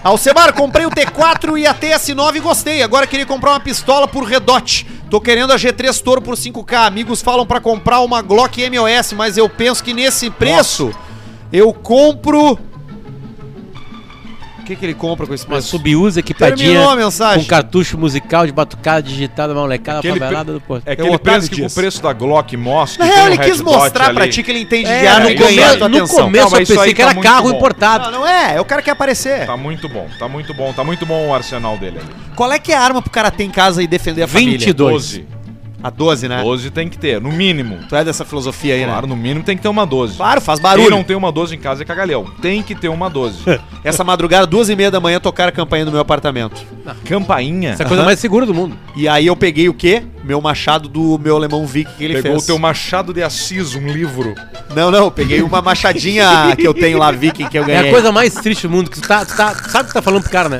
S1: Alcemar, comprei o T4 e a TS9 e gostei. Agora queria comprar uma pistola por redote. Tô querendo a G3 Toro por 5K. Amigos falam pra comprar uma Glock MOS, mas eu penso que nesse preço eu compro. O que, que ele compra com esse
S3: Uma
S1: preço?
S3: subusa
S1: Terminou a
S3: equipadinha
S1: mensagem.
S3: com cartucho musical de batucada digitada, molecada,
S2: Aquele
S3: favelada do porto.
S2: É que
S1: É o
S2: ele
S1: Otávio
S2: pensa que com o
S1: Dias.
S2: preço da Glock mostra. um
S1: Na real,
S3: um
S1: ele quis mostrar pra ti que É, ele entende de
S3: Ah,
S1: ar,
S2: no
S1: não
S2: isso
S1: ganhou
S2: aí.
S1: tua
S3: no
S1: atenção.
S2: Não,
S3: começo
S2: mas
S3: eu
S2: isso aí
S3: pensei que
S2: tá
S3: era
S2: muito
S3: carro
S2: bom.
S3: importado.
S1: Não, não é, é o cara que quer aparecer.
S2: Tá muito bom, tá muito bom, tá muito bom o arsenal dele ali.
S1: Qual é que é a arma pro cara ter em casa e defender a família?
S3: 22.
S2: 12.
S1: A 12, né?
S2: 12 tem que ter, no mínimo.
S1: Tu é dessa filosofia aí,
S2: Claro,
S1: né?
S2: no mínimo tem que ter uma 12.
S1: Claro, faz
S2: Quem
S1: barulho.
S2: não tem uma 12 em casa é cagalhão. Tem que ter uma 12.
S1: Essa madrugada, duas e meia da manhã, tocaram a campainha no meu apartamento.
S2: Campainha.
S3: Essa é a coisa mais segura do mundo.
S1: E aí eu peguei o quê? Meu machado do meu alemão Vic que ele
S2: Pegou
S1: fez.
S2: o teu machado de assis, um livro.
S1: Não, não, eu peguei uma machadinha que eu tenho lá, Viking, que eu
S3: É
S1: ganhei.
S3: a coisa mais triste do mundo. Que tu tá, tu tá, sabe o que tu tá falando pro cara, né?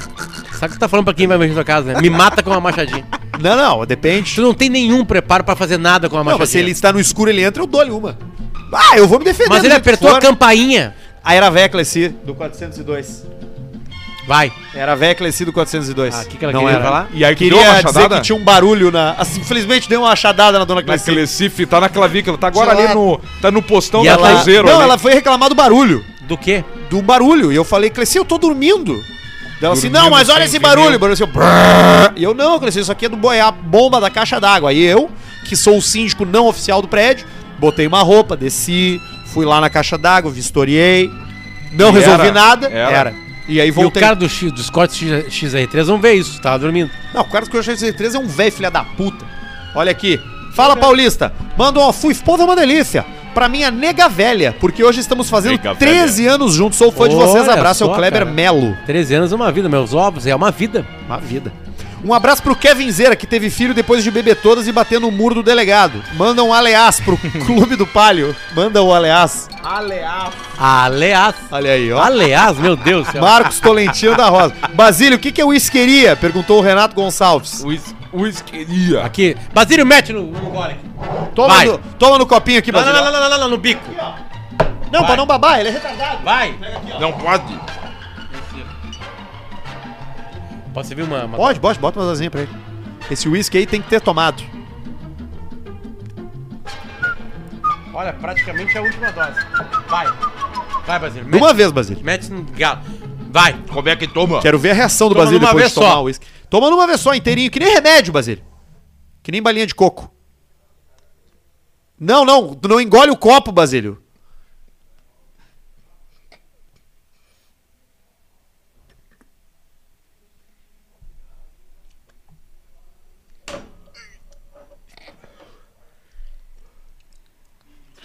S3: Sabe o que tu tá falando pra quem vai mexer na tua casa, né? Me mata com uma machadinha.
S1: Não, não, depende.
S3: Tu não tem nenhum preparo pra fazer nada com uma
S1: Não, mas se
S3: machadinha.
S1: ele está no escuro, ele entra, eu dou-lhe uma. Ah, eu vou me defender.
S3: Mas
S1: do
S3: ele
S1: jeito que
S3: apertou
S1: for.
S3: a campainha.
S1: A era véia Cleci, do 402.
S3: Vai.
S1: Era a véia Cleci do 402.
S3: Ah, que que ela
S1: não
S3: queria?
S1: era lá?
S2: E aí tu
S1: queria
S2: deu uma
S1: dizer
S2: machadada?
S1: que tinha um barulho na... Assim, infelizmente deu uma machadada na dona
S2: Na
S1: Cleci.
S2: Clecife, tá na clavícula. Tá agora
S1: Sei
S2: ali
S1: lá.
S2: no. Tá no postão
S3: E
S2: da
S3: ela-
S2: Cruzeiro. né?
S1: Não,
S2: ali.
S1: ela foi reclamar do barulho.
S3: Do quê?
S1: Do barulho. E eu falei, Cleci, eu tô dormindo. Ela assim,
S2: Dormindo
S1: não, mas olha
S2: sem
S1: esse
S2: vinil.
S1: barulho. O barulho assim, ó, brrr. E eu, não, Cleci, isso aqui é do boiar bomba da caixa d'água. Aí eu, que sou o síndico não oficial do prédio, botei uma roupa, desci, fui lá na caixa d'água, vistoriei. Não
S2: E
S1: resolvi
S2: era?
S1: nada.
S2: Era.
S1: E aí
S3: E o
S1: voltei.
S3: cara do X, dos cortes X, XR3 não vê isso, tava dormindo.
S1: Não, o cara do Cruzeiro 63 é um velho filha da puta. Olha aqui. Fala, Paulista. Manda um fui povo é uma delícia. Pra minha nega velha, porque hoje estamos fazendo
S6: Nega
S1: 13 anos juntos. Sou fã de
S3: Olha
S1: vocês. Abraço, é o
S3: só,
S1: Kleber
S3: cara.
S1: Melo.
S3: 13 anos é uma vida, meus ovos, é uma vida.
S1: Uma vida. Um abraço pro Kevin Zera, que teve filho depois de beber todas e bater no muro do delegado. Manda um aleás pro Clube do Palio. Manda um aleás.
S3: Aliás,
S1: Olha aí, ó.
S3: aliás, meu Deus do céu.
S1: Marcos Tolentino da Rosa. Basílio, o que, que é whiskeria? Perguntou o Renato Gonçalves.
S2: Whis- Whiskeria.
S3: Aqui, Basílio, mete no, no gole.
S1: Toma
S3: Vai.
S1: no, toma no copinho aqui,
S3: Não, não,
S1: Basílio.
S3: não, não, não, não, não, no bico.
S1: não, pra não babar, ele é retardado.
S3: Vai.
S6: Não pode.
S3: Posso servir uma... uma...
S1: Pode, pode, bota umas asinhas pra ele. Esse uísque aí tem que ter tomado.
S3: Olha, praticamente é a última dose. Vai. Vai, Basílio,
S1: De uma vez, Basílio.
S3: mete no galo. Vai.
S6: Como é que toma?
S1: Quero ver a reação do
S3: Toma
S1: Basílio
S3: numa
S1: depois
S3: vez
S1: de tomar
S3: só.
S1: o uísque. Toma numa vez só, inteirinho, que nem remédio, Basílio. Que nem balinha de coco. Não, não, tu não engole o copo, Basílio.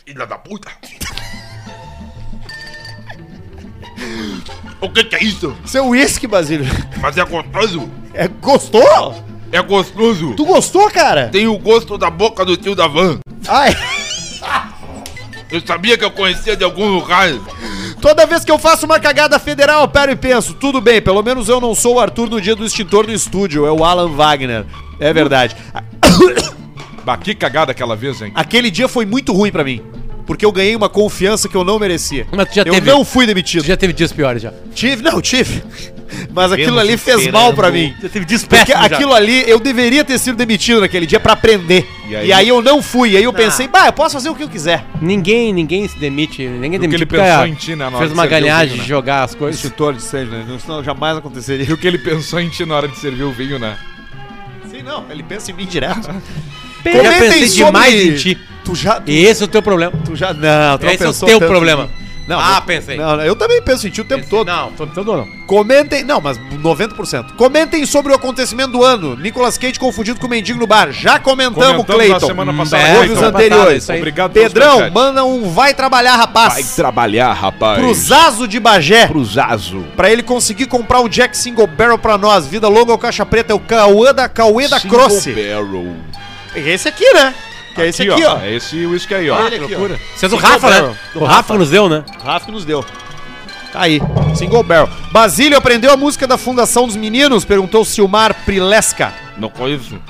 S6: Filha da puta. o que que é isso?
S1: Seu uísque, Basílio.
S6: Mas é gostoso?
S1: É, gostou?
S6: É gostoso?
S1: Tu gostou, cara?
S6: Tem o gosto da boca do tio da van.
S1: Ai,
S6: Eu sabia que eu conhecia de algum lugar.
S1: toda vez que eu faço uma cagada federal, eu paro e penso, tudo bem, pelo menos eu não sou o Arthur no dia do extintor no estúdio, é o Alan Wagner. É verdade.
S2: Bah, que cagada aquela vez, hein?
S1: Aquele dia foi muito ruim pra mim. Porque eu ganhei uma confiança que eu não merecia.
S3: Mas tu já
S1: eu
S3: teve-
S1: não fui
S3: Tu
S1: demitido.
S3: já teve dias piores já.
S1: Tive, não, tive. Mas aquilo ali fez mal pra mim.
S3: Já teve dias
S1: Porque aquilo ali, eu deveria ter sido demitido naquele dia pra aprender.
S2: E
S1: E
S2: aí?
S1: aí, eu não fui. E aí eu pensei, bah, eu posso fazer o que eu quiser.
S3: Ninguém, ninguém se demite, ninguém
S2: ele
S3: demite
S2: pensou em ti, né, na hora
S3: Fez
S2: que
S3: uma
S2: você viu o
S3: galinhagem
S2: vídeo,
S3: de
S2: né?
S3: jogar as coisas.
S1: Extintor de sangue, né? Senão jamais
S2: E
S1: aconteceria.
S2: o que ele pensou em ti na hora de servir o vinho, né?
S1: Sim, não, ele pensa em mim direto.
S3: Eu já
S1: Comentem
S3: pensei
S1: sobre-
S3: demais em ti.
S1: Tu já, tu,
S3: E esse é o teu problema.
S1: tu já, não, tu não
S3: Esse é o
S1: pensou
S3: teu
S1: tanto em
S3: problema.
S1: mim. Não,
S3: Ah,
S1: eu-
S3: pensei.
S1: Não, não, eu também penso em ti o tempo
S3: Esse-
S1: todo.
S3: Não, todo todo não.
S1: Comentem, não, mas 90%. Comentem sobre o acontecimento do ano. Nicolas Cage confundido com o mendigo no bar. Já comentamos,
S2: Comentamos na
S1: Cleiton.
S2: semana
S1: Hum,
S3: É,
S2: passada,
S3: então
S1: Houve
S3: tá,
S2: Cleiton.
S1: os anteriores.
S3: Isso aí.
S2: Obrigado pelo
S1: Pedrão,
S2: superchat.
S1: manda um vai trabalhar, rapaz.
S2: trabalhar, rapaz.
S1: Pro Zazo de Bagé.
S2: Pro Zazo.
S1: Pra ele conseguir comprar um Jack Single Barrel pra nós. Vida longa ao caixa preta. É o Cauê da Cauê da Cross.
S2: Barrel.
S1: Esse aqui, né? Que é esse aqui, ó.
S2: É esse uísque aí, ó.
S1: Olha aqui, ó.
S3: Vocês do
S1: Single
S3: Rafa,
S1: barrel.
S3: né?
S1: Do
S3: O Rafa nos deu, né?
S1: Rafa que nos deu. Tá aí, Single Barrel. Basílio aprendeu a música da Fundação dos Meninos? Perguntou Silmar Prilesca.
S6: Não conheço.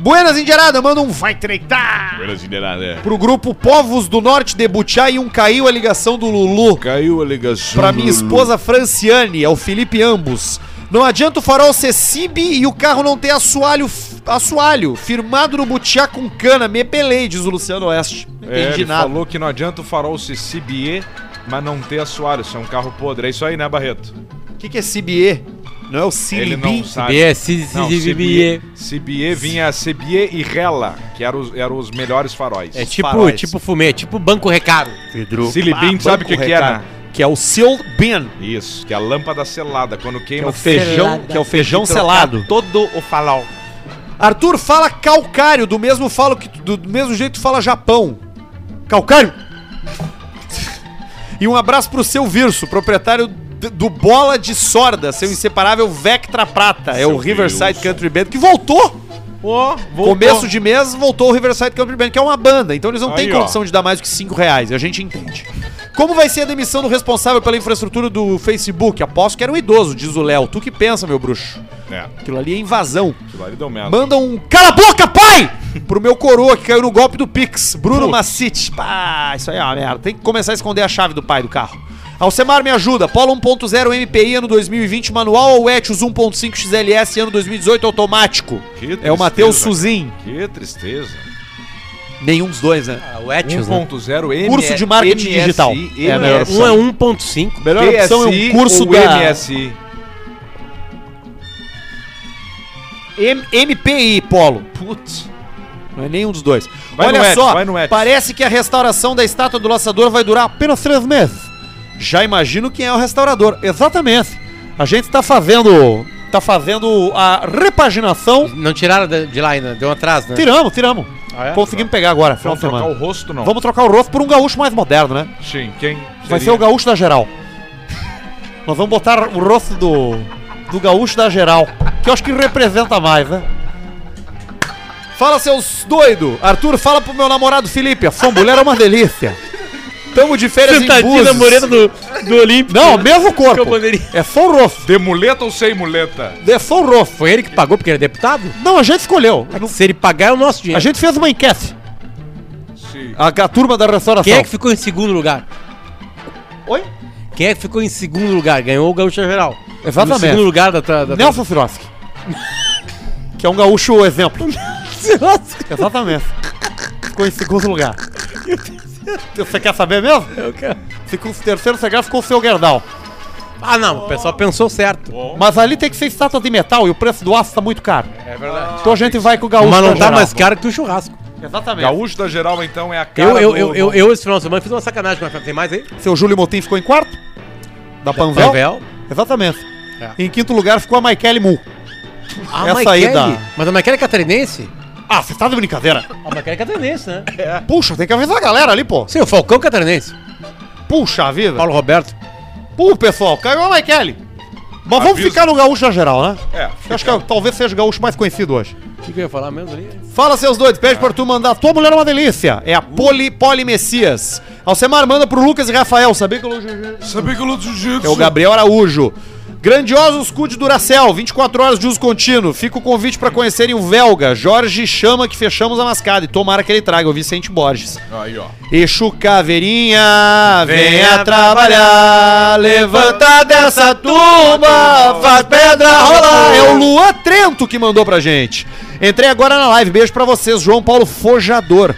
S1: Buenas Indiarada, manda um vai treitar
S6: Brasileirada.
S2: né?
S1: pro grupo Povos do Norte de Butiá e um caiu a ligação do Lulu.
S2: Caiu a ligação.
S1: Pra minha esposa Franciane, é o Felipe Ambos. Não adianta o farol ser cibe e o carro não ter assoalho, assoalho firmado no Butiá com cana. Me pelei, diz o Luciano Oeste. Não
S2: É,
S1: entendi
S2: ele
S1: nada.
S2: falou que não adianta o farol ser CBE, mas não ter assoalho. Isso é um carro podre. É isso aí, né, Barreto?
S1: O que, que é cibe? Não é o
S2: Ele não
S1: cilibim?
S2: sabe.
S3: CBE, C-
S2: Não,
S3: C- CBE.
S2: CBE. CBE vinha CBE e Rela, que eram os, eram os melhores faróis.
S3: É tipo,
S1: faróis.
S3: tipo fumê, tipo banco recaro.
S1: Pedro.
S2: Cilibim, tu sabe o que que é,
S1: era? Que é o seu bin.
S2: Isso, que é a lâmpada selada. Quando
S1: Que é
S2: queima
S1: o feijão,
S3: Selada.
S1: que é o feijão
S2: Tem que trocar
S1: selado.
S2: todo o farol.
S1: Arthur fala calcário, do mesmo, falo que, do do mesmo jeito que tu fala Japão. Calcário! E um abraço pro seu Virso, proprietário d- do Bola de Sorda, seu inseparável Vectra Prata. É o
S5: Seu
S1: Riverside
S5: Virso.
S1: Country Band, que voltou!
S2: Ó, voltou.
S1: Começo de mês voltou o Riverside Country Band, que é uma banda, então eles não têm
S2: Aí, ó.
S1: condição de dar mais do que 5 reais, a gente entende. Como vai ser a demissão do responsável pela infraestrutura do Facebook? Aposto que era um idoso, diz o Léo. Tu que pensa, meu bruxo.
S2: É,
S1: Aquilo ali é invasão.
S2: aquilo ali deu merda.
S1: Manda um cala a boca, pai! Pro meu coroa que caiu no golpe do Pix, Bruno Macite. Pá, isso aí é uma merda. Tem que começar a esconder a chave do pai do carro. Alcemar me ajuda. Polo 1.0 MPI ano 2020 manual ou Etios 1.5 XLS ano 2018 automático?
S2: Que
S1: É o
S2: tristeza,
S1: Matheus
S2: cara.
S1: Suzin.
S2: Que tristeza.
S1: Nenhum dos dois, né?
S3: o Etios, né?
S2: 1.0 M-
S1: Curso de marketing
S2: MSI,
S1: digital.
S2: MSI,
S1: É, melhor
S3: Um é 1.5.
S1: Melhor opção é um
S2: PSI
S1: curso
S2: ou
S1: da
S2: MSI.
S1: M- MPI, Polo.
S2: Putz.
S1: Não é nenhum dos dois.
S2: Vai
S1: Olha
S2: no Etios,
S1: só,
S2: vai no Etios.
S1: parece que a restauração da estátua do laçador vai durar apenas três meses. Já imagino quem é o restaurador. Exatamente. A gente tá fazendo. Tá fazendo a repaginação.
S3: Não tiraram da- de lá ainda, deu um atraso, né?
S1: Tiramos, tiramos.
S3: Ah, é?
S1: Conseguimos pegar agora, final
S2: Vamos
S1: de
S2: trocar
S1: semana.
S2: o rosto, não.
S1: Vamos trocar o rosto por um gaúcho mais moderno, né?
S2: Sim, quem?
S1: Vai ser
S2: seria?
S1: o gaúcho da geral. Nós vamos botar o rosto do. do gaúcho da geral. Que eu acho que representa mais, né? Fala, seus doido! Arthur, fala pro meu namorado Felipe. A sua mulher é uma delícia. Tamo de férias em
S3: Sentadinha
S1: Búzios.
S3: morena do, do Olímpico.
S1: Não, mesmo corpo.
S3: Eu poderia-
S1: É só o rosto.
S2: De muleta ou sem muleta?
S1: É só o rosto.
S3: Foi ele que pagou porque era deputado?
S1: Não, a gente escolheu.
S3: Se ele pagar, é o nosso dinheiro.
S1: A gente fez uma enquete.
S2: Sim.
S1: A, a turma da restauração.
S3: Quem é que ficou em segundo lugar?
S1: Oi?
S3: Quem é que ficou em segundo lugar? Ganhou o Gaúcha Geral.
S1: Exatamente.
S3: No segundo lugar da... da, da
S1: Nelson Siroski. que é um gaúcho exemplo. Exatamente. Ficou em segundo lugar. Você quer saber mesmo?
S3: Eu quero.
S1: Ficou em terceiro lugar, ficou o seu Gerdau.
S3: Ah, não. O pessoal pensou certo.
S1: Mas ali tem que ser estátua de metal e o preço do aço tá muito caro. É verdade. Então a gente vai com o gaúcho.
S3: Mas não
S1: pra
S3: tá
S1: geral.
S3: mais caro que o churrasco.
S1: Exatamente.
S2: Gaúcho da geral, então, é a cara
S3: Eu, eu,
S2: do-
S3: eu, eu, eu, esse final de semana, fiz uma sacanagem com a Tem mais aí?
S1: Seu Júlio Motim ficou em quarto? Da Panvel?
S3: Pavel.
S1: Exatamente.
S3: É.
S1: Em quinto lugar ficou a Maikele Mu.
S3: Ah,
S1: Essa aí dá.
S3: Mas a Maquele é catarinense?
S1: Ah, você tá de brincadeira?
S3: A Maquele é catarinense, né?
S1: Puxa, tem que avisar a galera ali, pô.
S3: Sim, o Falcão é catarinense.
S1: Puxa vida.
S3: Paulo Roberto.
S1: Pô, pessoal, caiu a Maikele. Mas vamos
S2: Avisa.
S1: ficar no gaúcho na geral, né?
S2: É,
S1: Eu acho que é- talvez seja o gaúcho mais conhecido hoje.
S3: O que, que eu ia falar mesmo ali?
S1: Fala, seus doidos. Pede pra tu mandar. Tua mulher é uma delícia. É a Poli Poli Messias. Alcemar manda pro Lucas e Rafael. Sabia que eu
S2: Sabia que eu luto jiu-jitsu.
S1: É o Gabriel Araújo. Grandiosos cu de Duracel, 24 horas de uso contínuo. Fica o convite pra conhecerem o Velga. Jorge chama que fechamos a mascada e tomara que ele traga o Vicente Borges.
S2: Aí, ó.
S1: Exu Caveirinha, venha trabalhar, levanta dessa turma, faz pedra rolar. É o Luan Trento que mandou pra gente. Entrei agora na live, beijo pra vocês, João Paulo Fojador.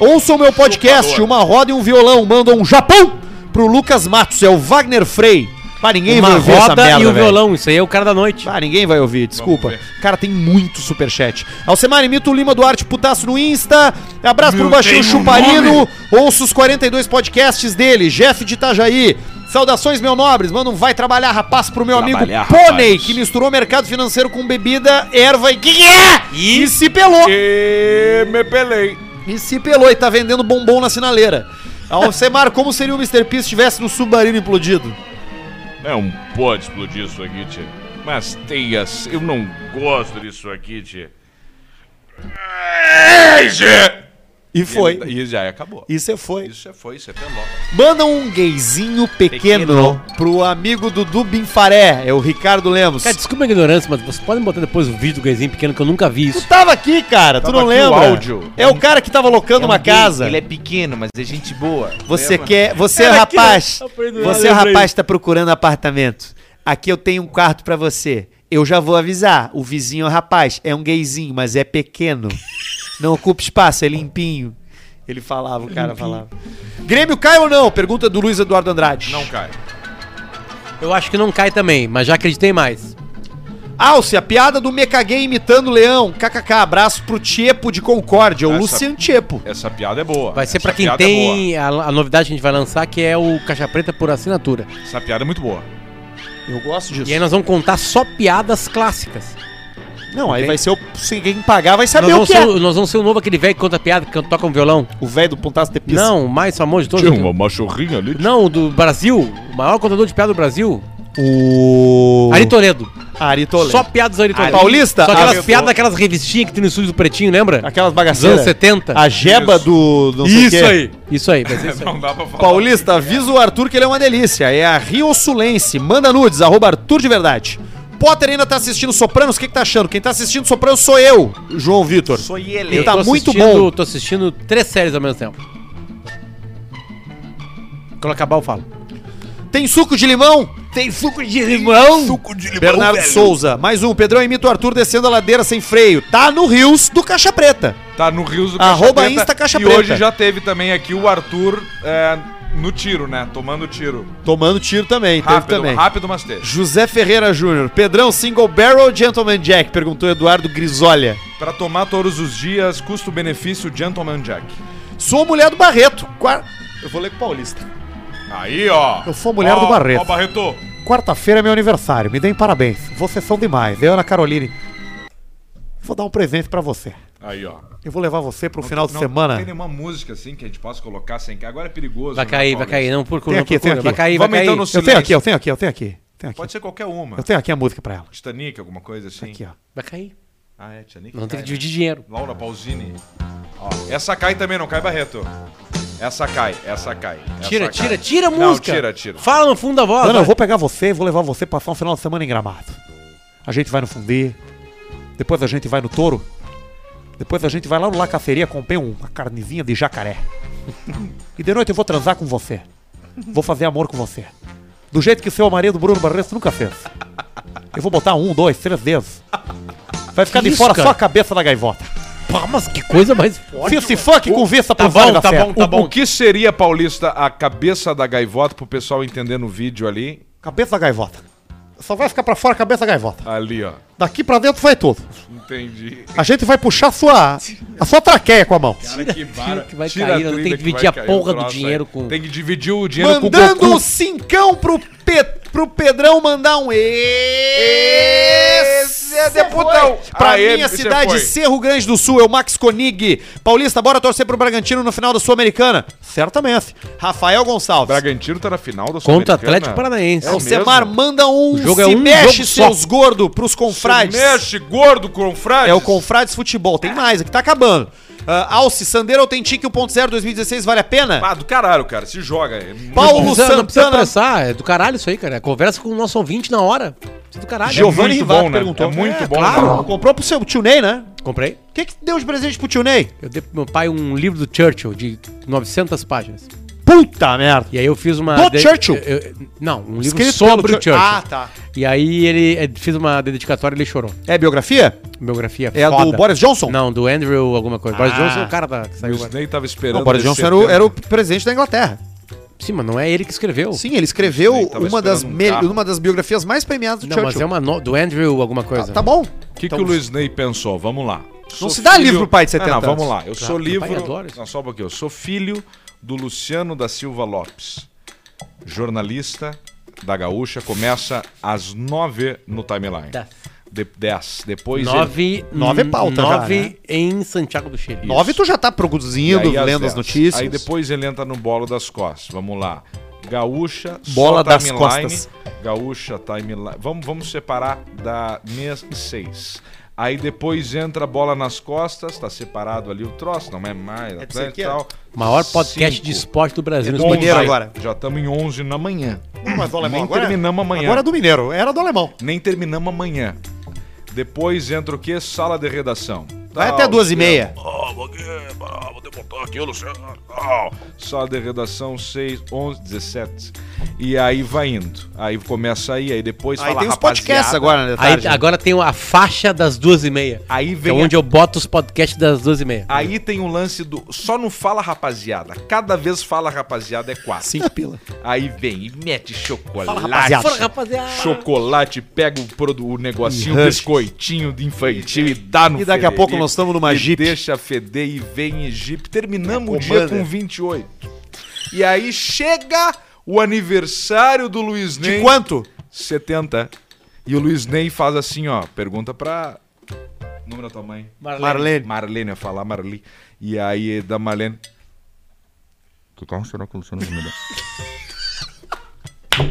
S1: Ouçam meu podcast, uma roda e um violão, mandam um Japão pro Lucas Matos, é o Wagner Frei. Pra ninguém
S3: Uma
S1: vai ouvir essa
S3: roda
S1: merda,
S3: e o
S1: velho.
S3: violão. Isso aí é o cara da noite.
S1: Ah, ninguém vai ouvir, desculpa.
S2: Vamos
S1: Cara, tem muito superchat. Alcemar imita o Lima Duarte Putaço no Insta. Abraço pro Baixinho Chuparino. Ouça os 42 podcasts dele. Jeff de Itajaí. Saudações, meu nobres. Manda um vai trabalhar, rapaz, pro meu amigo Pônei, que misturou mercado financeiro com bebida, erva e. Que que é? E se pelou.
S2: E me pelei.
S1: E se pelou e tá vendendo bombom na sinaleira. Alcemar, como seria o Mr. P se estivesse no submarino implodido?
S2: É um,
S5: Não pode explodir isso aqui, tia. Mas tenha... c- Eu não gosto disso aqui, tia. Ei, tia!
S1: E foi.
S6: tá-
S2: E, e já acabou.
S1: E você foi.
S2: Isso já foi, isso é pelota.
S1: Manda um gayzinho pequeno, pro amigo Dudu Binfaré, é o Ricardo Lemos.
S3: Cara, desculpa a ignorância, mas vocês podem botar depois o vídeo do Gaizinho pequeno que eu nunca vi
S1: Tu
S3: isso.
S1: tava aqui, cara, tu
S2: Tava
S1: não
S2: aqui o
S1: lembra?
S2: áudio. um
S1: É o cara que tava locando uma casa.
S7: é pequeno, mas é gente boa.
S1: Você quer, você é
S3: Era aqui,
S1: rapaz,
S3: ó, aprendi lá,
S1: você é
S3: lembrei.
S1: rapaz que tá procurando apartamento. Aqui eu tenho um quarto pra você. Eu já vou avisar, o vizinho é rapaz, é um gayzinho, mas é pequeno. Não ocupa espaço, é limpinho. Ele falava, o cara falava. Grêmio cai ou não? Pergunta do Luiz Eduardo Andrade.
S2: Não cai.
S3: Eu acho que não cai também, mas já acreditei mais.
S1: Alce, a piada do Me Caguei imitando o Leão. KKK, abraço pro Tiepo de Concórdia, o
S2: Essa-
S1: Luciano Tiepo.
S2: Essa piada é boa.
S3: Vai ser
S2: Essa
S3: pra quem
S2: piada é boa.
S3: tem a, a novidade que a gente vai lançar, que é o Caixa Preta por assinatura.
S2: Essa piada é muito boa.
S1: Eu gosto disso.
S3: E aí nós vamos contar só piadas clássicas.
S1: Não, aí vai ser o. se Quem pagar vai saber
S3: Nós
S1: o
S3: vamos,
S1: que
S3: ser,
S1: é.
S3: o- nós vamos ser o novo aquele velho que conta piada, que canta- toca um violão.
S1: O velho do pontaço de pizza.
S3: Não, o mais famoso de todos.
S6: Tinha uma machorrinha ali.
S3: Não, o do Brasil. O maior contador de piada do Brasil.
S1: O.
S3: Ari Toledo.
S1: Aritoledo.
S3: Só piadas do Ari Toledo.
S1: Ari- Paulista?
S3: Só
S1: Ah, eu
S3: aquelas
S1: vou-
S3: piadas daquelas revistinhas que tem no estúdio do Pretinho, lembra?
S1: Aquelas
S3: Dos
S1: bagaceiras.
S3: anos 70.
S1: A jeba
S2: Isso.
S1: do. Não sei o quê.
S3: Isso aí. Isso aí, vai ser isso aí.
S2: Não dá pra falar.
S1: Paulista, avisa o Arthur que ele é uma delícia. É a Rio Sulense. Manda nudes, arroba Arthur de verdade. Potter ainda tá assistindo Sopranos? O que, que tá achando? Quem tá assistindo Sopranos sou eu, João Vitor. Sou ele.
S3: Eu
S1: tá
S3: tô
S1: muito
S3: assistindo-
S1: bom.
S3: Tô assistindo três séries ao mesmo tempo. Quando acabar, eu falo.
S1: Tem suco de limão?
S8: Tem suco de limão?
S6: Suco de limão,
S1: Bernardo
S6: velho.
S1: Souza. Mais um. Pedrão imita o Arthur descendo a ladeira sem freio. Tá no Rios do Caixa Preta.
S2: Tá no Rios do
S1: Arroba Insta Caixa
S2: e
S1: Preta.
S2: hoje já teve também aqui o Arthur é, no tiro, né? Tomando tiro.
S1: Tomando tiro também.
S2: Rápido,
S1: teve também.
S2: rápido, mas teve.
S1: José Ferreira Júnior. Pedrão, single barrel ou gentleman jack? Perguntou Eduardo Grisolha.
S2: Pra tomar todos os dias, custo-benefício Gentleman Jack.
S1: Sou a mulher do Barreto. Quar- Eu vou ler com o Paulista.
S6: Aí, ó.
S1: Eu sou a mulher
S6: Ó,
S1: do Barreto.
S6: Ó, Barreto.
S1: Quarta-feira é meu aniversário. Me deem parabéns. Vocês são demais. Eu, Ana Caroline. Vou dar um presente pra você.
S6: Aí, ó.
S1: Eu vou levar você pro final de
S2: Não
S1: semana.
S2: Tem nenhuma música assim que a gente possa colocar sem que agora é perigoso.
S3: Vai
S2: né,
S3: cair, vai
S2: Paulista?
S3: cair. Não procura,
S1: Tem
S3: não
S1: aqui, tem
S3: procura. Vai
S1: aqui.
S3: cair, vai
S2: Vamos
S3: cair.
S2: então no
S1: Eu tenho
S2: silêncio.
S1: aqui, eu tenho aqui, eu tenho aqui. Tenho aqui.
S2: Pode ser qualquer uma.
S1: Eu tenho aqui a música pra ela.
S2: Titanic, alguma coisa assim.
S1: Aqui, ó.
S3: Vai cair.
S2: Ah, é, Titanic.
S3: Nós vamos ter
S2: cai,
S3: que
S2: né?
S3: dividir dinheiro.
S2: Laura Pausini. Ó, essa cai também, não cai, Barreto? Essa cai, essa cai. essa
S3: Tira,
S2: cai.
S3: tira, tira a
S2: É Não,
S3: música.
S2: tira, tira.
S3: Fala no fundo da voz.
S1: Ana,
S3: vai.
S1: eu vou pegar você e vou levar você passar um final de semana em Gramado. A gente vai no Fundi, depois a gente vai no Touro, depois a gente vai lá no La Caceria comprar um, uma carnezinha de jacaré. E de noite eu vou transar com você. Vou fazer amor com você. Do jeito que seu marido Bruno Barreto nunca fez. Eu vou botar um, dois, três dedos. Vai ficar
S3: Que
S1: de
S3: isso,
S1: fora
S3: cara?
S1: só a cabeça da gaivota.
S3: Pá, mas que coisa mais forte.
S1: Se esse funk com vista
S3: Tá
S1: pro Vale
S3: bom,
S1: da
S3: tá
S1: Serra.
S3: bom, tá
S2: O-
S3: bom.
S2: O que seria, Paulista, a cabeça da gaivota, pro pessoal entender no vídeo ali?
S1: Cabeça da gaivota. Só vai ficar pra fora a cabeça da gaivota.
S2: Ali, ó.
S1: Daqui pra dentro vai tudo.
S2: Entendi.
S1: A gente vai puxar a sua, a sua traqueia com a mão.
S2: Cara, que vara.
S3: que vai
S2: Tira a
S3: cair, não tem
S2: trilha
S3: que dividir a
S2: vai cair,
S3: porra
S2: o
S3: do
S2: troço
S3: dinheiro
S2: aí.
S3: com-
S2: Tem que dividir o dinheiro
S1: Mandando
S2: com o
S1: o
S2: Goku.
S1: cincão pro, Pe- pro Pedrão mandar um esse é deputão pra
S2: Aê,
S1: minha
S2: cê
S1: cidade,
S2: foi.
S1: Cerro Grande do Sul, é o Max Konig. Paulista, bora torcer pro Bragantino no final da Sul-Americana. Certamente. Rafael Gonçalves.
S2: Bragantino tá na final da
S3: Contra
S2: Sul-Americana.
S3: Atlético Paranaense.
S2: É
S1: o
S2: o mesmo.
S1: Semar manda um
S3: O jogo é
S1: se
S3: um
S1: mexe
S3: jogo só.
S1: seus gordos pros confrades.
S2: Se mexe, gordo, confrades.
S1: É o Confrades Futebol. Tem mais, aqui tá acabando. Ah, Alce, um Sandeiro Authentic 1.0 2016, vale a pena?
S2: Ah, do caralho, cara. Se joga. É muito
S1: Paulo
S3: Não precisa, não precisa
S1: Santana.
S3: pressar, é do caralho isso aí, cara. Conversa com o nosso ouvinte na hora. Isso é do caralho.
S2: Gio-
S1: Giovanni
S2: muito
S1: Rivato
S2: bom, né?
S1: perguntou.
S2: É muito bom,
S1: Claro.
S2: né?
S1: Comprou pro seu tio Ney, né?
S3: Comprei.
S1: O que, que deu de presente pro tio Ney?
S3: Eu dei pro meu pai um livro do Churchill de 900 páginas.
S1: Puta merda.
S3: E aí eu fiz uma.
S1: Do Churchill?
S3: eu- eu- não, um livro
S1: Escrito
S3: sobre
S1: pelo
S3: o Churchill.
S1: Ah, tá.
S3: E aí ele eh, fez uma dedicatória e ele chorou.
S1: É biografia?
S3: Biografia
S1: É a do Boris Johnson?
S3: Não, do Andrew alguma coisa. Boris
S1: Ah.
S3: Johnson é o cara da, que
S2: O
S3: saiu agora.
S2: Snei tava esperando.
S1: Não, Boris
S2: desde
S1: Johnson era o,
S2: setembro.
S1: era o presidente da Inglaterra.
S3: Sim, mas não é ele que escreveu.
S1: Sim, ele escreveu
S2: Ele tava
S1: uma das,
S2: esperando um
S1: me-
S2: carro.
S1: uma das biografias mais premiadas do
S3: Não, mas é
S1: Churchill.
S3: uma no- do Andrew alguma coisa.
S1: Tá bom.
S2: O que, que o Luiz Ney pensou? Vamos lá. Sou
S1: se dá livro pro pai de 70
S2: Não, não, vamos
S1: anos.
S2: lá. Eu sou
S3: meu pai
S2: livro.
S3: adora isso.
S2: Não, só um pouquinho. Eu sou filho do Luciano da Silva Lopes, jornalista da Gaúcha. Começa às nove no timeline.
S3: Dez.
S2: De, dez. Depois. ele-
S3: Tá. Nove,
S1: Nove é pauta já,
S3: Nove
S1: né?
S3: em Santiago do Chile.
S1: Nove tu já tá
S2: e
S1: produzindo,
S2: aí às
S1: lendo as
S2: dez.
S1: notícias.
S2: Aí depois ele entra no bolo das costas. Vamos lá. Gaúcha, só
S1: Bola das
S2: timeline.
S1: costas.
S2: Gaúcha, timeline. Vamos, vamos separar da mês 6. Aí depois entra a bola nas costas, tá separado ali o troço, não é mais.
S1: pra ser
S2: Atlético
S1: que
S2: e
S1: é?
S2: tal.
S3: Maior podcast
S2: Cinco. É
S3: de esporte do Brasil. no
S2: Onze.
S3: Spotify.
S1: Mineiro agora.
S2: Já estamos em 11 na manhã.
S1: Mas do
S2: Nem
S1: agora-
S2: terminamos amanhã.
S1: Agora é do Mineiro, era do alemão.
S2: Nem terminamos amanhã. Depois entra o quê? Sala de redação.
S1: Vai
S2: Tal,
S1: até duas e meia.
S6: Ó, vou aqui, ó, vou demontar aqui, ô, Luciano. Ó.
S2: sala de redação 6, 11, 17. E aí vai indo. Aí começa aí, aí depois
S1: Aí
S2: fala,
S1: tem os
S2: rapaziada,
S1: podcasts agora, né?
S3: Aí,
S1: tarde.
S3: agora tem a faixa das duas e meia.
S2: Aí
S3: Que é
S2: vem
S3: onde eu boto os podcasts das duas e meia.
S2: Aí tem um lance do. Só não fala rapaziada. Cada vez fala rapaziada é quatro.
S1: Cinco pila.
S2: Aí vem e mete chocolate.
S1: rapaziada.
S3: Fora, rapaziada.
S2: Chocolate, pega o, produ- o negocinho,
S1: E
S2: o
S1: Hershey.
S2: biscoitinho de infantil e dá no
S1: E daqui a
S2: Frederico,
S1: pouco nós estamos numa
S2: e
S1: Jeep. É
S2: deixa feder e vem em Jeep. Terminamos o dia
S1: Commander.
S2: com 28. E aí chega o aniversário do Luiz Ney.
S1: De quanto?
S2: 70. E o Luiz Ney faz assim, ó, pergunta pra O nome da tua mãe?
S3: Marlene.
S2: Marlene, eu ia falar Marli. E aí, da Marlene. Que
S6: tá
S2: carro será que o Luciano me dá?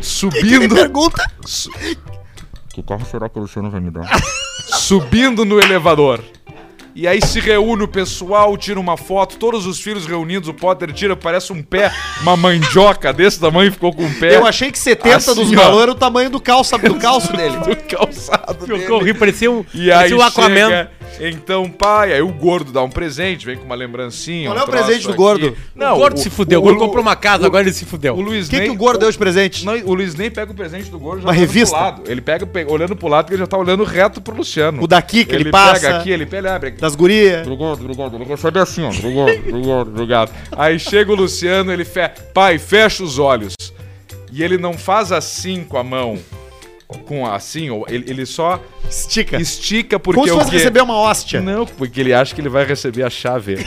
S2: Subindo.
S1: Pergunta.
S2: Que
S6: tá
S2: carro será que o Luciano vai me dar? Subindo no elevador. E aí se reúne o pessoal, tira uma foto, todos os filhos reunidos, o Potter tira, parece um pé, uma mandioca desse tamanho, ficou com um pé.
S1: Eu achei que 70 dos
S2: Assim, ó.
S1: balões era o tamanho do calço, do calço dele.
S2: do calçado
S3: Eu
S2: dele.
S3: corri, parecia um,
S2: E aí
S3: parecia um Aquaman.
S2: chega, então, pai, aí o gordo dá um presente, vem com uma lembrancinha.
S1: Qual
S2: um
S1: é o
S2: troço
S1: presente do
S2: aqui.
S1: gordo?
S2: Não,
S3: o gordo se fudeu. O gordo comprou uma casa, agora ele se fudeu.
S2: O Luiz
S1: O que,
S2: Ney-
S1: que o gordo deu de presente?
S2: Não, o Luiz nem pega o presente do gordo já tá
S1: Uma
S2: olhando
S1: revista?
S2: pro lado. Ele pega, pe- olhando pro lado, que ele já tá olhando reto pro Luciano.
S1: O daqui que ele passa.
S2: pega aqui, ele pega, ele abre aqui.
S1: Das gurias?
S2: Do gordo, do gordo, ele recebe assim, ó. Do gordo, do gordo, do gato. Aí chega o Luciano, ele fe... Pai, fecha os olhos. E ele não faz assim com a mão. Com a- assim, ou- ele, ele só
S1: Estica.
S2: estica porque
S1: Como se
S2: o
S1: fosse
S2: quê?
S1: receber uma hóstia.
S2: Não, porque ele acha que ele vai receber a chave.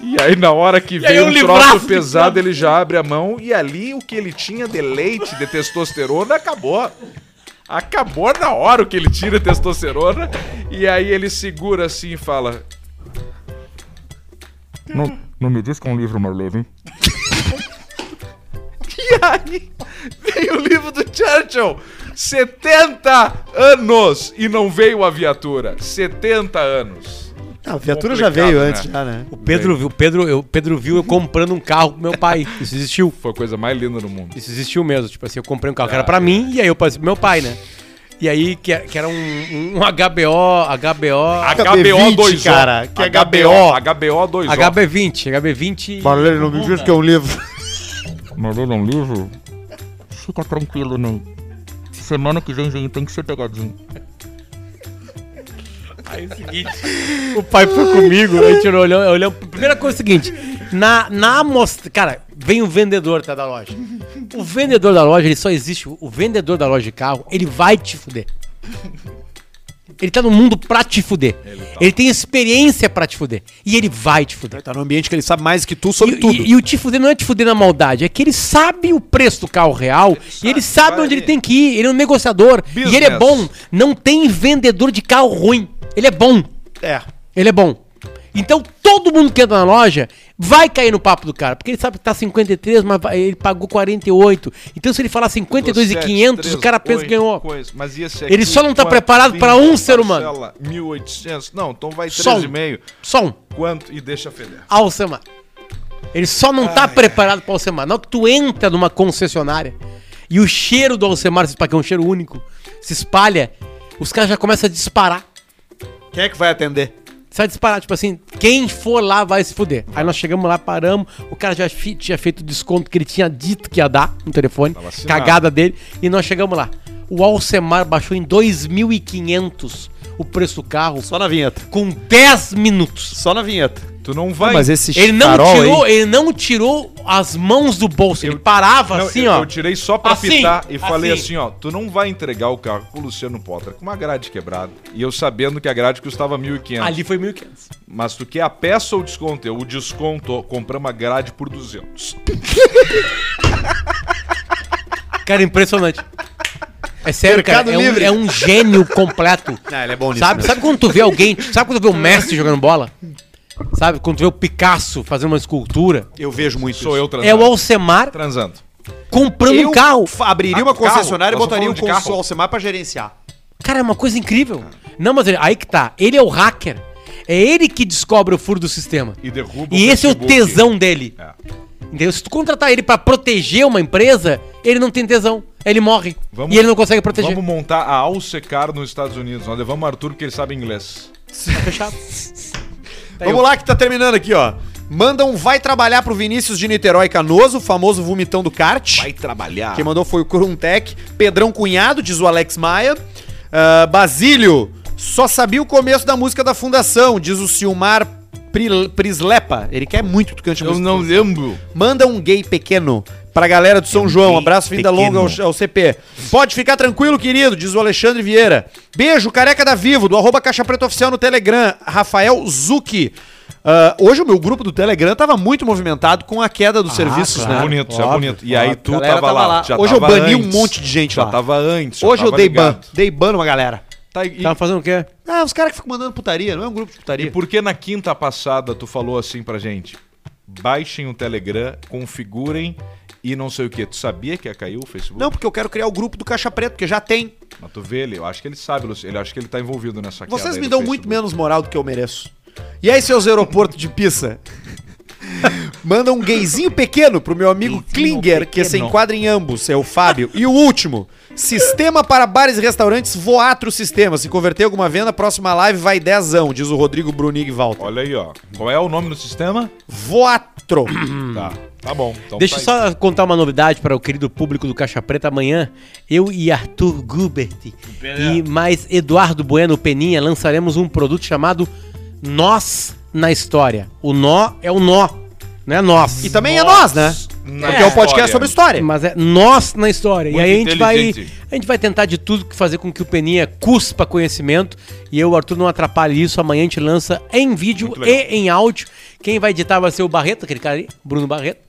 S2: E aí, na hora que
S3: Ah. aí
S2: vem
S3: um
S2: um
S3: livraço
S2: troço
S3: de
S2: pesado, ele já abre a mão e ali o que ele tinha de leite, de testosterona, acabou. Acabou na hora o que ele tira de testosterona. E aí ele segura assim e fala:
S6: Não, não me diz que é um livro mais leve, hein?
S2: E aí veio o livro do Churchill. 70 anos e não veio a viatura. 70 anos.
S1: Ah, a viatura já
S2: Complicado,
S1: veio
S2: né?
S1: antes, já, né?
S3: O Pedro viu, o Pedro, eu, o Pedro viu eu comprando um carro pro meu pai. Isso existiu.
S2: Foi a coisa mais linda do mundo.
S3: Isso existiu mesmo. Tipo assim, eu comprei um carro que era pra mim e aí eu passei pro meu pai, né? E aí, que, que era um, um HBO, HBO,
S2: HBO2O.
S1: cara, que é
S2: HBO 2O.
S3: HB20, HB20.
S1: Barulho, não me diz que é um livro.
S6: Mas ler um livro? Fica tranquilo, não. Semana que vem, gente, tem que ser pegadinho.
S3: O pai foi comigo, aí tirou olhou, olhou. Primeira coisa é o seguinte: na, na amostra. Cara, vem o vendedor tá, da loja. O vendedor da loja, ele só existe. O vendedor da loja de carro, ele vai te fuder. Ele tá no mundo pra te fuder. Ele, tem experiência pra te fuder. E ele vai te fuder.
S1: Tá num ambiente que ele sabe mais que tu
S3: E,
S1: sobre
S3: e-
S1: tudo.
S3: e o te fuder não é te fuder na maldade, é que ele sabe o preço do carro real e ele sabe
S2: vai
S3: onde ele
S2: ali.
S3: tem que ir. Ele é um negociador.
S2: Business.
S3: E ele é bom. Não tem vendedor de carro ruim. Ele é bom.
S1: É.
S3: Ele é bom. Então todo mundo que entra na loja vai cair no papo do cara, porque ele sabe que tá 53, mas vai- ele pagou 48. Então se ele falar 52 e 500, o cara pensa que ganhou.
S2: Mas esse
S3: Ele só não tá preparado pra um ser humano.
S2: 1800. Não, então vai
S3: Só um.
S2: 13,5.
S3: Só um,
S2: Quanto e deixa feder.
S3: Alcemar. Ele só não tá preparado para Alcemar. Na hora que tu entra numa concessionária e o cheiro do Alcemar se espalha, que é um cheiro único, se espalha, os caras já começam a disparar.
S1: Quem é que vai atender?
S3: Sai disparar, tipo assim, quem for lá vai se fuder. Aí nós chegamos lá, paramos, o cara já fi- tinha feito o desconto que ele tinha dito que ia dar no telefone,
S2: assinado.
S3: cagada dele, e nós chegamos lá. O Alcemar baixou em 2.500 o preço do carro
S1: Só na vinheta.
S3: com 10 minutos.
S1: Só na vinheta.
S2: Tu não vai.
S1: esse
S3: Ele não
S1: farol
S3: tirou, ele não tirou as mãos do bolso, ele parava
S2: Não,
S3: assim,
S2: eu,
S3: ó.
S2: eu tirei só pra
S3: Assim,
S2: pitar e falei
S3: assim.
S2: assim, ó, tu não vai entregar o carro pro Luciano Potter com uma grade quebrada. E eu sabendo que a grade custava 1.500.
S3: Ali foi 1.500.
S2: Mas tu quer a peça ou o desconto? Eu o desconto, compramos a grade por 200.
S3: Cara, impressionante. É sério,
S1: Mercado
S3: cara, é um,
S1: Livre.
S3: é um gênio completo.
S1: Ah, ele é bom nisso.
S3: Sabe, sabe quando tu vê alguém, sabe quando tu vê o mestre jogando bola? Sabe quando tu vê o Picasso fazendo uma escultura?
S1: Eu vejo muito
S2: Sou eu transando.
S3: É o Alcemar
S2: transando.
S3: comprando um carro.
S1: f- abriria
S2: Ah,
S1: uma
S2: carro?
S1: concessionária
S2: Nós
S1: e botaria um
S2: estamos falando de carro?
S1: console Alcemar pra gerenciar.
S3: Cara, é uma coisa incrível. Não, mas ele- aí que tá. Ele é o hacker. É ele que descobre o furo do sistema.
S2: E derruba
S3: E esse é o
S2: Facebook.
S3: tesão dele.
S2: É.
S3: Entendeu? Se tu contratar ele pra proteger uma empresa, ele não tem tesão. Ele morre.
S2: Vamos-
S3: e ele não consegue proteger.
S2: Vamos montar a Alcecar nos Estados Unidos. Nós levamos o Arthur porque ele sabe inglês.
S3: Tá fechado.
S1: Vamos lá que tá terminando aqui, ó. Manda um vai trabalhar pro Vinícius de Niterói Canoso, o famoso vomitão do kart.
S2: trabalhar.
S1: Quem mandou foi o Curuntec. Pedrão Cunhado, diz o Alex Maia. Ah, Basílio, só sabia o começo da música da Fundação, diz o Silmar Pri- Prislepa. Ele quer muito que tu cante música.
S2: lembro.
S1: Manda um gay pequeno pra galera do São
S2: Um
S1: João. Abraço, vida longa ao, ao CP. Pode ficar tranquilo, querido, diz o Alexandre Vieira. Beijo, careca da Vivo, do arroba Caixa Preta Oficial no Telegram. Rafael Zucchi. Ah, hoje o meu grupo do Telegram tava muito movimentado com a queda dos serviços,
S2: Isso é
S1: né?
S2: bonito, isso é
S3: Óbvio,
S2: bonito. E aí tu
S1: Galera
S2: tava,
S1: tava
S2: lá.
S1: lá.
S2: já
S1: Hoje eu
S2: tava
S1: bani um
S2: antes.
S1: monte de gente
S2: já
S1: lá.
S2: tava antes. já
S1: Hoje eu
S2: tava
S1: dei ban.
S2: ligado.
S1: Dei ban numa galera.
S2: Tá, e,
S3: Tava fazendo o quê?
S1: Ah, os caras que ficam mandando putaria, não é um grupo de putaria.
S2: E por que na quinta passada tu falou assim pra gente? Baixem o Telegram, configurem e não sei o quê. Tu sabia que ia cair o Facebook?
S1: Não, porque eu quero criar o grupo do Caixa Preto, porque já tem.
S2: Mas tu vê ele, eu acho que ele sabe, Luciano. Ele acho que ele tá envolvido nessa queda
S1: Vocês
S2: aí
S1: me
S2: do
S1: dão
S2: Facebook.
S1: muito menos moral do que eu mereço. E aí, seus aeroportos de pizza? Manda um gayzinho pequeno pro meu amigo Klinger, que se enquadra em ambos, é o Fábio. E o último, sistema para bares e restaurantes, voatro sistema. Se converter em alguma venda, próxima live vai dezão, diz o Rodrigo Brunig Walter.
S2: Olha aí, ó. Qual é o nome do sistema?
S1: Voatro.
S2: Tá. Tá bom. Então
S3: Deixa eu
S2: tá aí.
S3: só contar uma novidade para o querido público do Caixa Preta. Amanhã, eu e Arthur Gubert e mais Eduardo Bueno Peninha lançaremos um produto chamado Nós na História. O nó é o nó, não é nós.
S1: E também é nós, né?
S2: Na
S1: Porque é um podcast
S2: história.
S1: sobre história.
S3: Mas é nós na história.
S2: Muito
S3: e aí a gente vai
S2: inteligente.
S3: a gente vai tentar de tudo que fazer com que o Peninha cuspa conhecimento e eu, o Arthur, não atrapalhe isso. Amanhã a gente lança em vídeo
S2: Muito legal.
S3: e em áudio. Quem vai editar vai ser o Barreto, aquele cara ali, Bruno Barreto.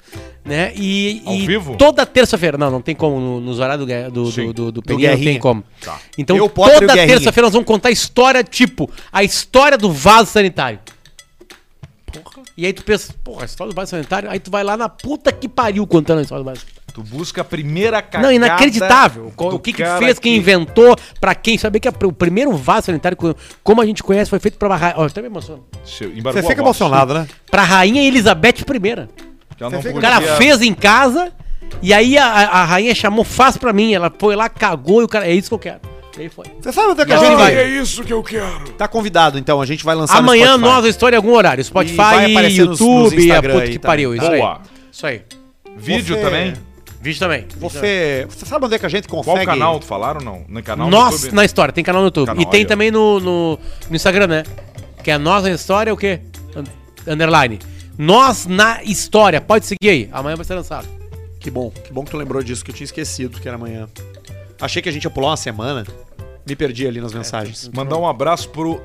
S3: Né? E,
S2: Ao
S3: e
S2: vivo?
S3: toda terça-feira. Não, não tem como. no- Nos horários do, Guer- do,
S2: Sim. Tá.
S3: do, do, do Peninha não tem
S1: Guerrinha.
S3: como. Então,
S1: Eu, Potter e o
S3: toda
S1: Guerrinha.
S3: terça-feira nós vamos contar a história, tipo, a história do vaso sanitário. E aí tu pensa, porra, a história do vaso sanitário. Aí tu vai lá na puta que pariu contando a história do vaso sanitário.
S2: Tu busca a primeira cagada.
S3: Não, inacreditável. Co-
S2: do
S3: O que, que
S2: cara
S3: fez, quem inventou, pra quem. Saber que a- o primeiro vaso sanitário, co- como a gente conhece, foi feito pra, ra- ó, até me emociono.
S2: Seu-
S4: Você
S2: embargou
S4: fica
S2: a voz.
S4: emocionado, né?
S3: pra rainha Elizabeth I.
S2: Já não
S3: O cara fez em casa, e aí a, a- a rainha chamou, faz pra mim. Ela foi lá, cagou, e o cara. É isso que eu quero. E aí foi.
S4: Você sabe
S1: é
S4: até que
S3: E assim
S4: eu-
S3: vai.
S6: é
S5: isso que eu quero.
S1: Tá convidado, então. A gente vai lançar
S3: Amanhã,
S1: Spotify.
S3: nós a história em algum horário. Spotify,
S1: vai aparecer nos- nos
S3: YouTube, a
S1: Instagram
S3: puta
S1: aí
S3: que
S1: também,
S3: pariu. Isso
S2: Boa.
S3: aí. Isso aí.
S2: Vídeo
S1: Você-
S2: também?
S3: Vídeo também.
S1: Você, você sabe onde é que a gente
S2: Qual
S1: consegue...
S2: canal? Falaram não? No canal
S3: nós
S2: YouTube?
S3: na história, tem canal no YouTube.
S2: Canal,
S3: e tem
S2: aí, ó.
S3: também no, no, no Instagram, né? Que é nós na história, o quê? Un- Underline. Nós na história. Pode seguir aí. Amanhã vai ser lançado.
S1: Que bom, que bom que tu lembrou disso, que eu tinha esquecido que era amanhã. Achei que a gente ia pular uma semana. Me perdi ali nas mensagens.
S2: Mandar um abraço pro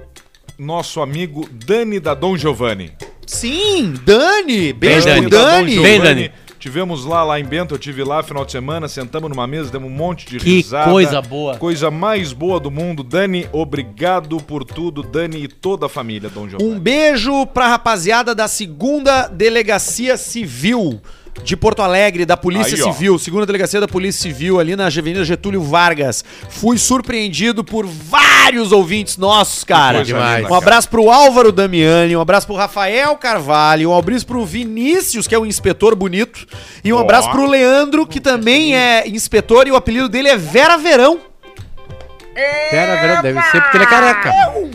S2: nosso amigo Dani da Dom Giovanni.
S1: Sim, Dani! Beijo
S3: Dani.
S1: pro
S2: Dom
S1: Dani!
S2: Giovanni.
S3: Vem, Dani.
S2: Tivemos lá, lá em Bento, eu tive lá final de semana, sentamos numa mesa, demos um monte de
S3: Que coisa boa.
S2: Coisa mais boa do mundo. Dani, obrigado por tudo, Dani e toda a família, Dom Giovanni.
S1: Um beijo pra rapaziada da segunda delegacia civil de Porto Alegre, da Polícia
S2: Aí, ó.
S1: Civil, segunda delegacia da Polícia Civil ali na Avenida Getúlio Vargas. Fui surpreendido por vários ouvintes nossos, cara.
S2: coisa Demais. linda,
S1: Um abraço pro Álvaro Damiani, um abraço pro Rafael Carvalho, um abraço pro Vinícius, que é um inspetor bonito, e um
S2: Ó.
S1: abraço pro Leandro, que também é inspetor e o apelido dele é Vera Verão.
S3: Pera, pera, deve ser porque ele é careca.
S1: um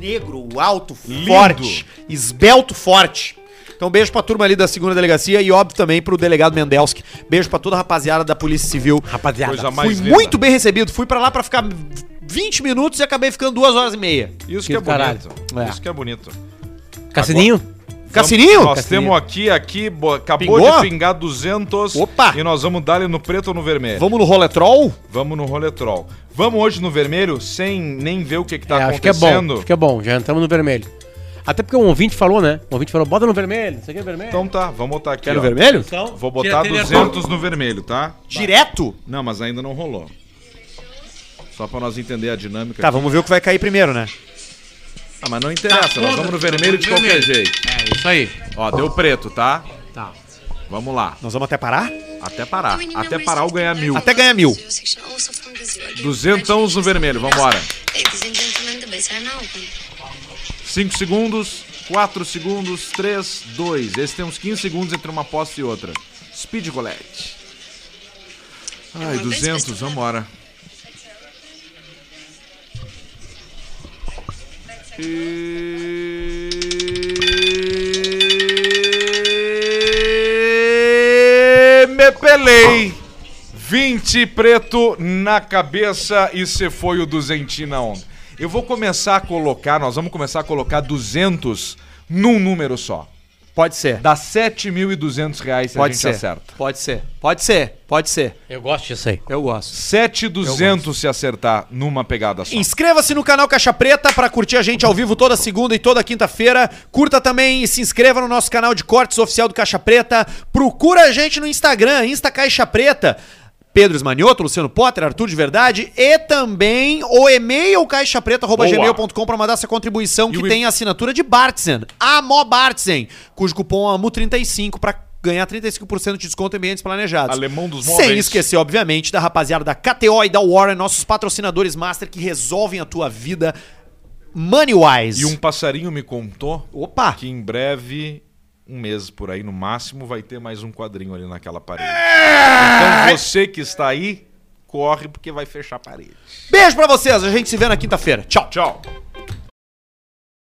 S1: negro, alto, forte, esbelto, forte. Então, beijo pra turma ali da segunda delegacia e, óbvio, também pro delegado Mendelski. Beijo pra toda a rapaziada da Polícia Civil.
S3: Rapaziada.
S2: Coisa mais
S1: Fui
S2: linda.
S1: muito bem recebido. Fui pra lá pra ficar 20 minutos e acabei ficando duas horas e meia.
S2: Isso que,
S3: Que
S2: é
S3: Um do caralho.
S2: bonito.
S1: É.
S2: Isso que é bonito.
S3: Cassininho?
S1: Cassininho?
S2: Nós
S3: Cassininho.
S2: temos aqui, aqui, bo- acabou
S1: Pingou?
S2: de pingar 200.
S1: Opa!
S2: E nós vamos dar ele no preto ou no vermelho?
S1: Vamos no roletrol?
S2: Vamos no roletrol. Vamos hoje no vermelho sem nem ver o que, que tá
S3: é, acho que é
S2: acontecendo.
S3: bom. Acho que é bom. Já entramos no vermelho. Até porque um ouvinte falou, né? Um ouvinte falou, bota no vermelho. Isso aqui é vermelho.
S2: Então tá, vamos botar aqui.
S1: Quero
S2: ó.
S1: vermelho?
S3: Então,
S2: Vou botar
S3: tira a trilha-
S2: 200 no vermelho, tá?
S1: Direto?
S2: Não, mas ainda não rolou. Só pra nós entender a dinâmica.
S1: Tá, vamos ver o que vai cair primeiro, né?
S2: Ah, mas não interessa, nós vamos no vermelho
S3: Tá,
S2: de qualquer jeito.
S3: É, isso aí.
S2: Ó, deu preto, tá?
S3: Tá.
S2: Vamos lá.
S1: Nós vamos até parar?
S2: Até parar. Até parar ou ganhar mil.
S1: Até ganhar mil.
S2: Duzentão no vermelho, vambora.
S9: Ladies and gentlemen, the bids are now open.
S2: 5 segundos, 4 segundos, 3, 2. Esse tem uns 15 segundos entre uma posse e outra. Speed roulette. Ai, 200, vambora. E... Me pelei. 20 preto na cabeça e você foi o duzentina ontem. Eu vou começar a colocar, nós vamos começar a colocar 200 num número só.
S1: Pode ser.
S2: Dá 7.200 reais se
S1: Pode
S2: a gente
S1: ser.
S2: acerta.
S1: Pode ser. Pode ser. Pode ser.
S3: Eu gosto disso aí.
S1: Eu gosto.
S2: 7.200 se acertar numa pegada só.
S1: Inscreva-se no canal Caixa Preta para curtir a gente ao vivo toda segunda e toda quinta-feira. Curta também e se inscreva no nosso canal de cortes oficial do Caixa Preta. Procura a gente no Instagram, Insta Caixa Preta. Pedro Esmanioto, Luciano Potter, Arthur de Verdade e também o e-mail caixapreta.gmail.com para mandar essa contribuição que
S2: o e-
S1: tem a assinatura de Bartzen, Amó Bartzen, cujo cupom é AMO35 para ganhar 35% de desconto em ambientes planejados.
S2: Alemão dos
S1: Sem
S2: móveis.
S1: esquecer, obviamente, da rapaziada da KTO e da Warren, nossos patrocinadores master que resolvem a tua vida money-wise.
S2: E um passarinho me contou
S1: Opa!
S2: que em breve, um mês por aí no máximo, vai ter mais um quadrinho ali naquela parede.
S1: É!
S2: Então você que está aí, corre porque vai fechar a parede.
S1: Beijo pra vocês, a gente se vê na quinta-feira. Tchau!
S2: Tchau.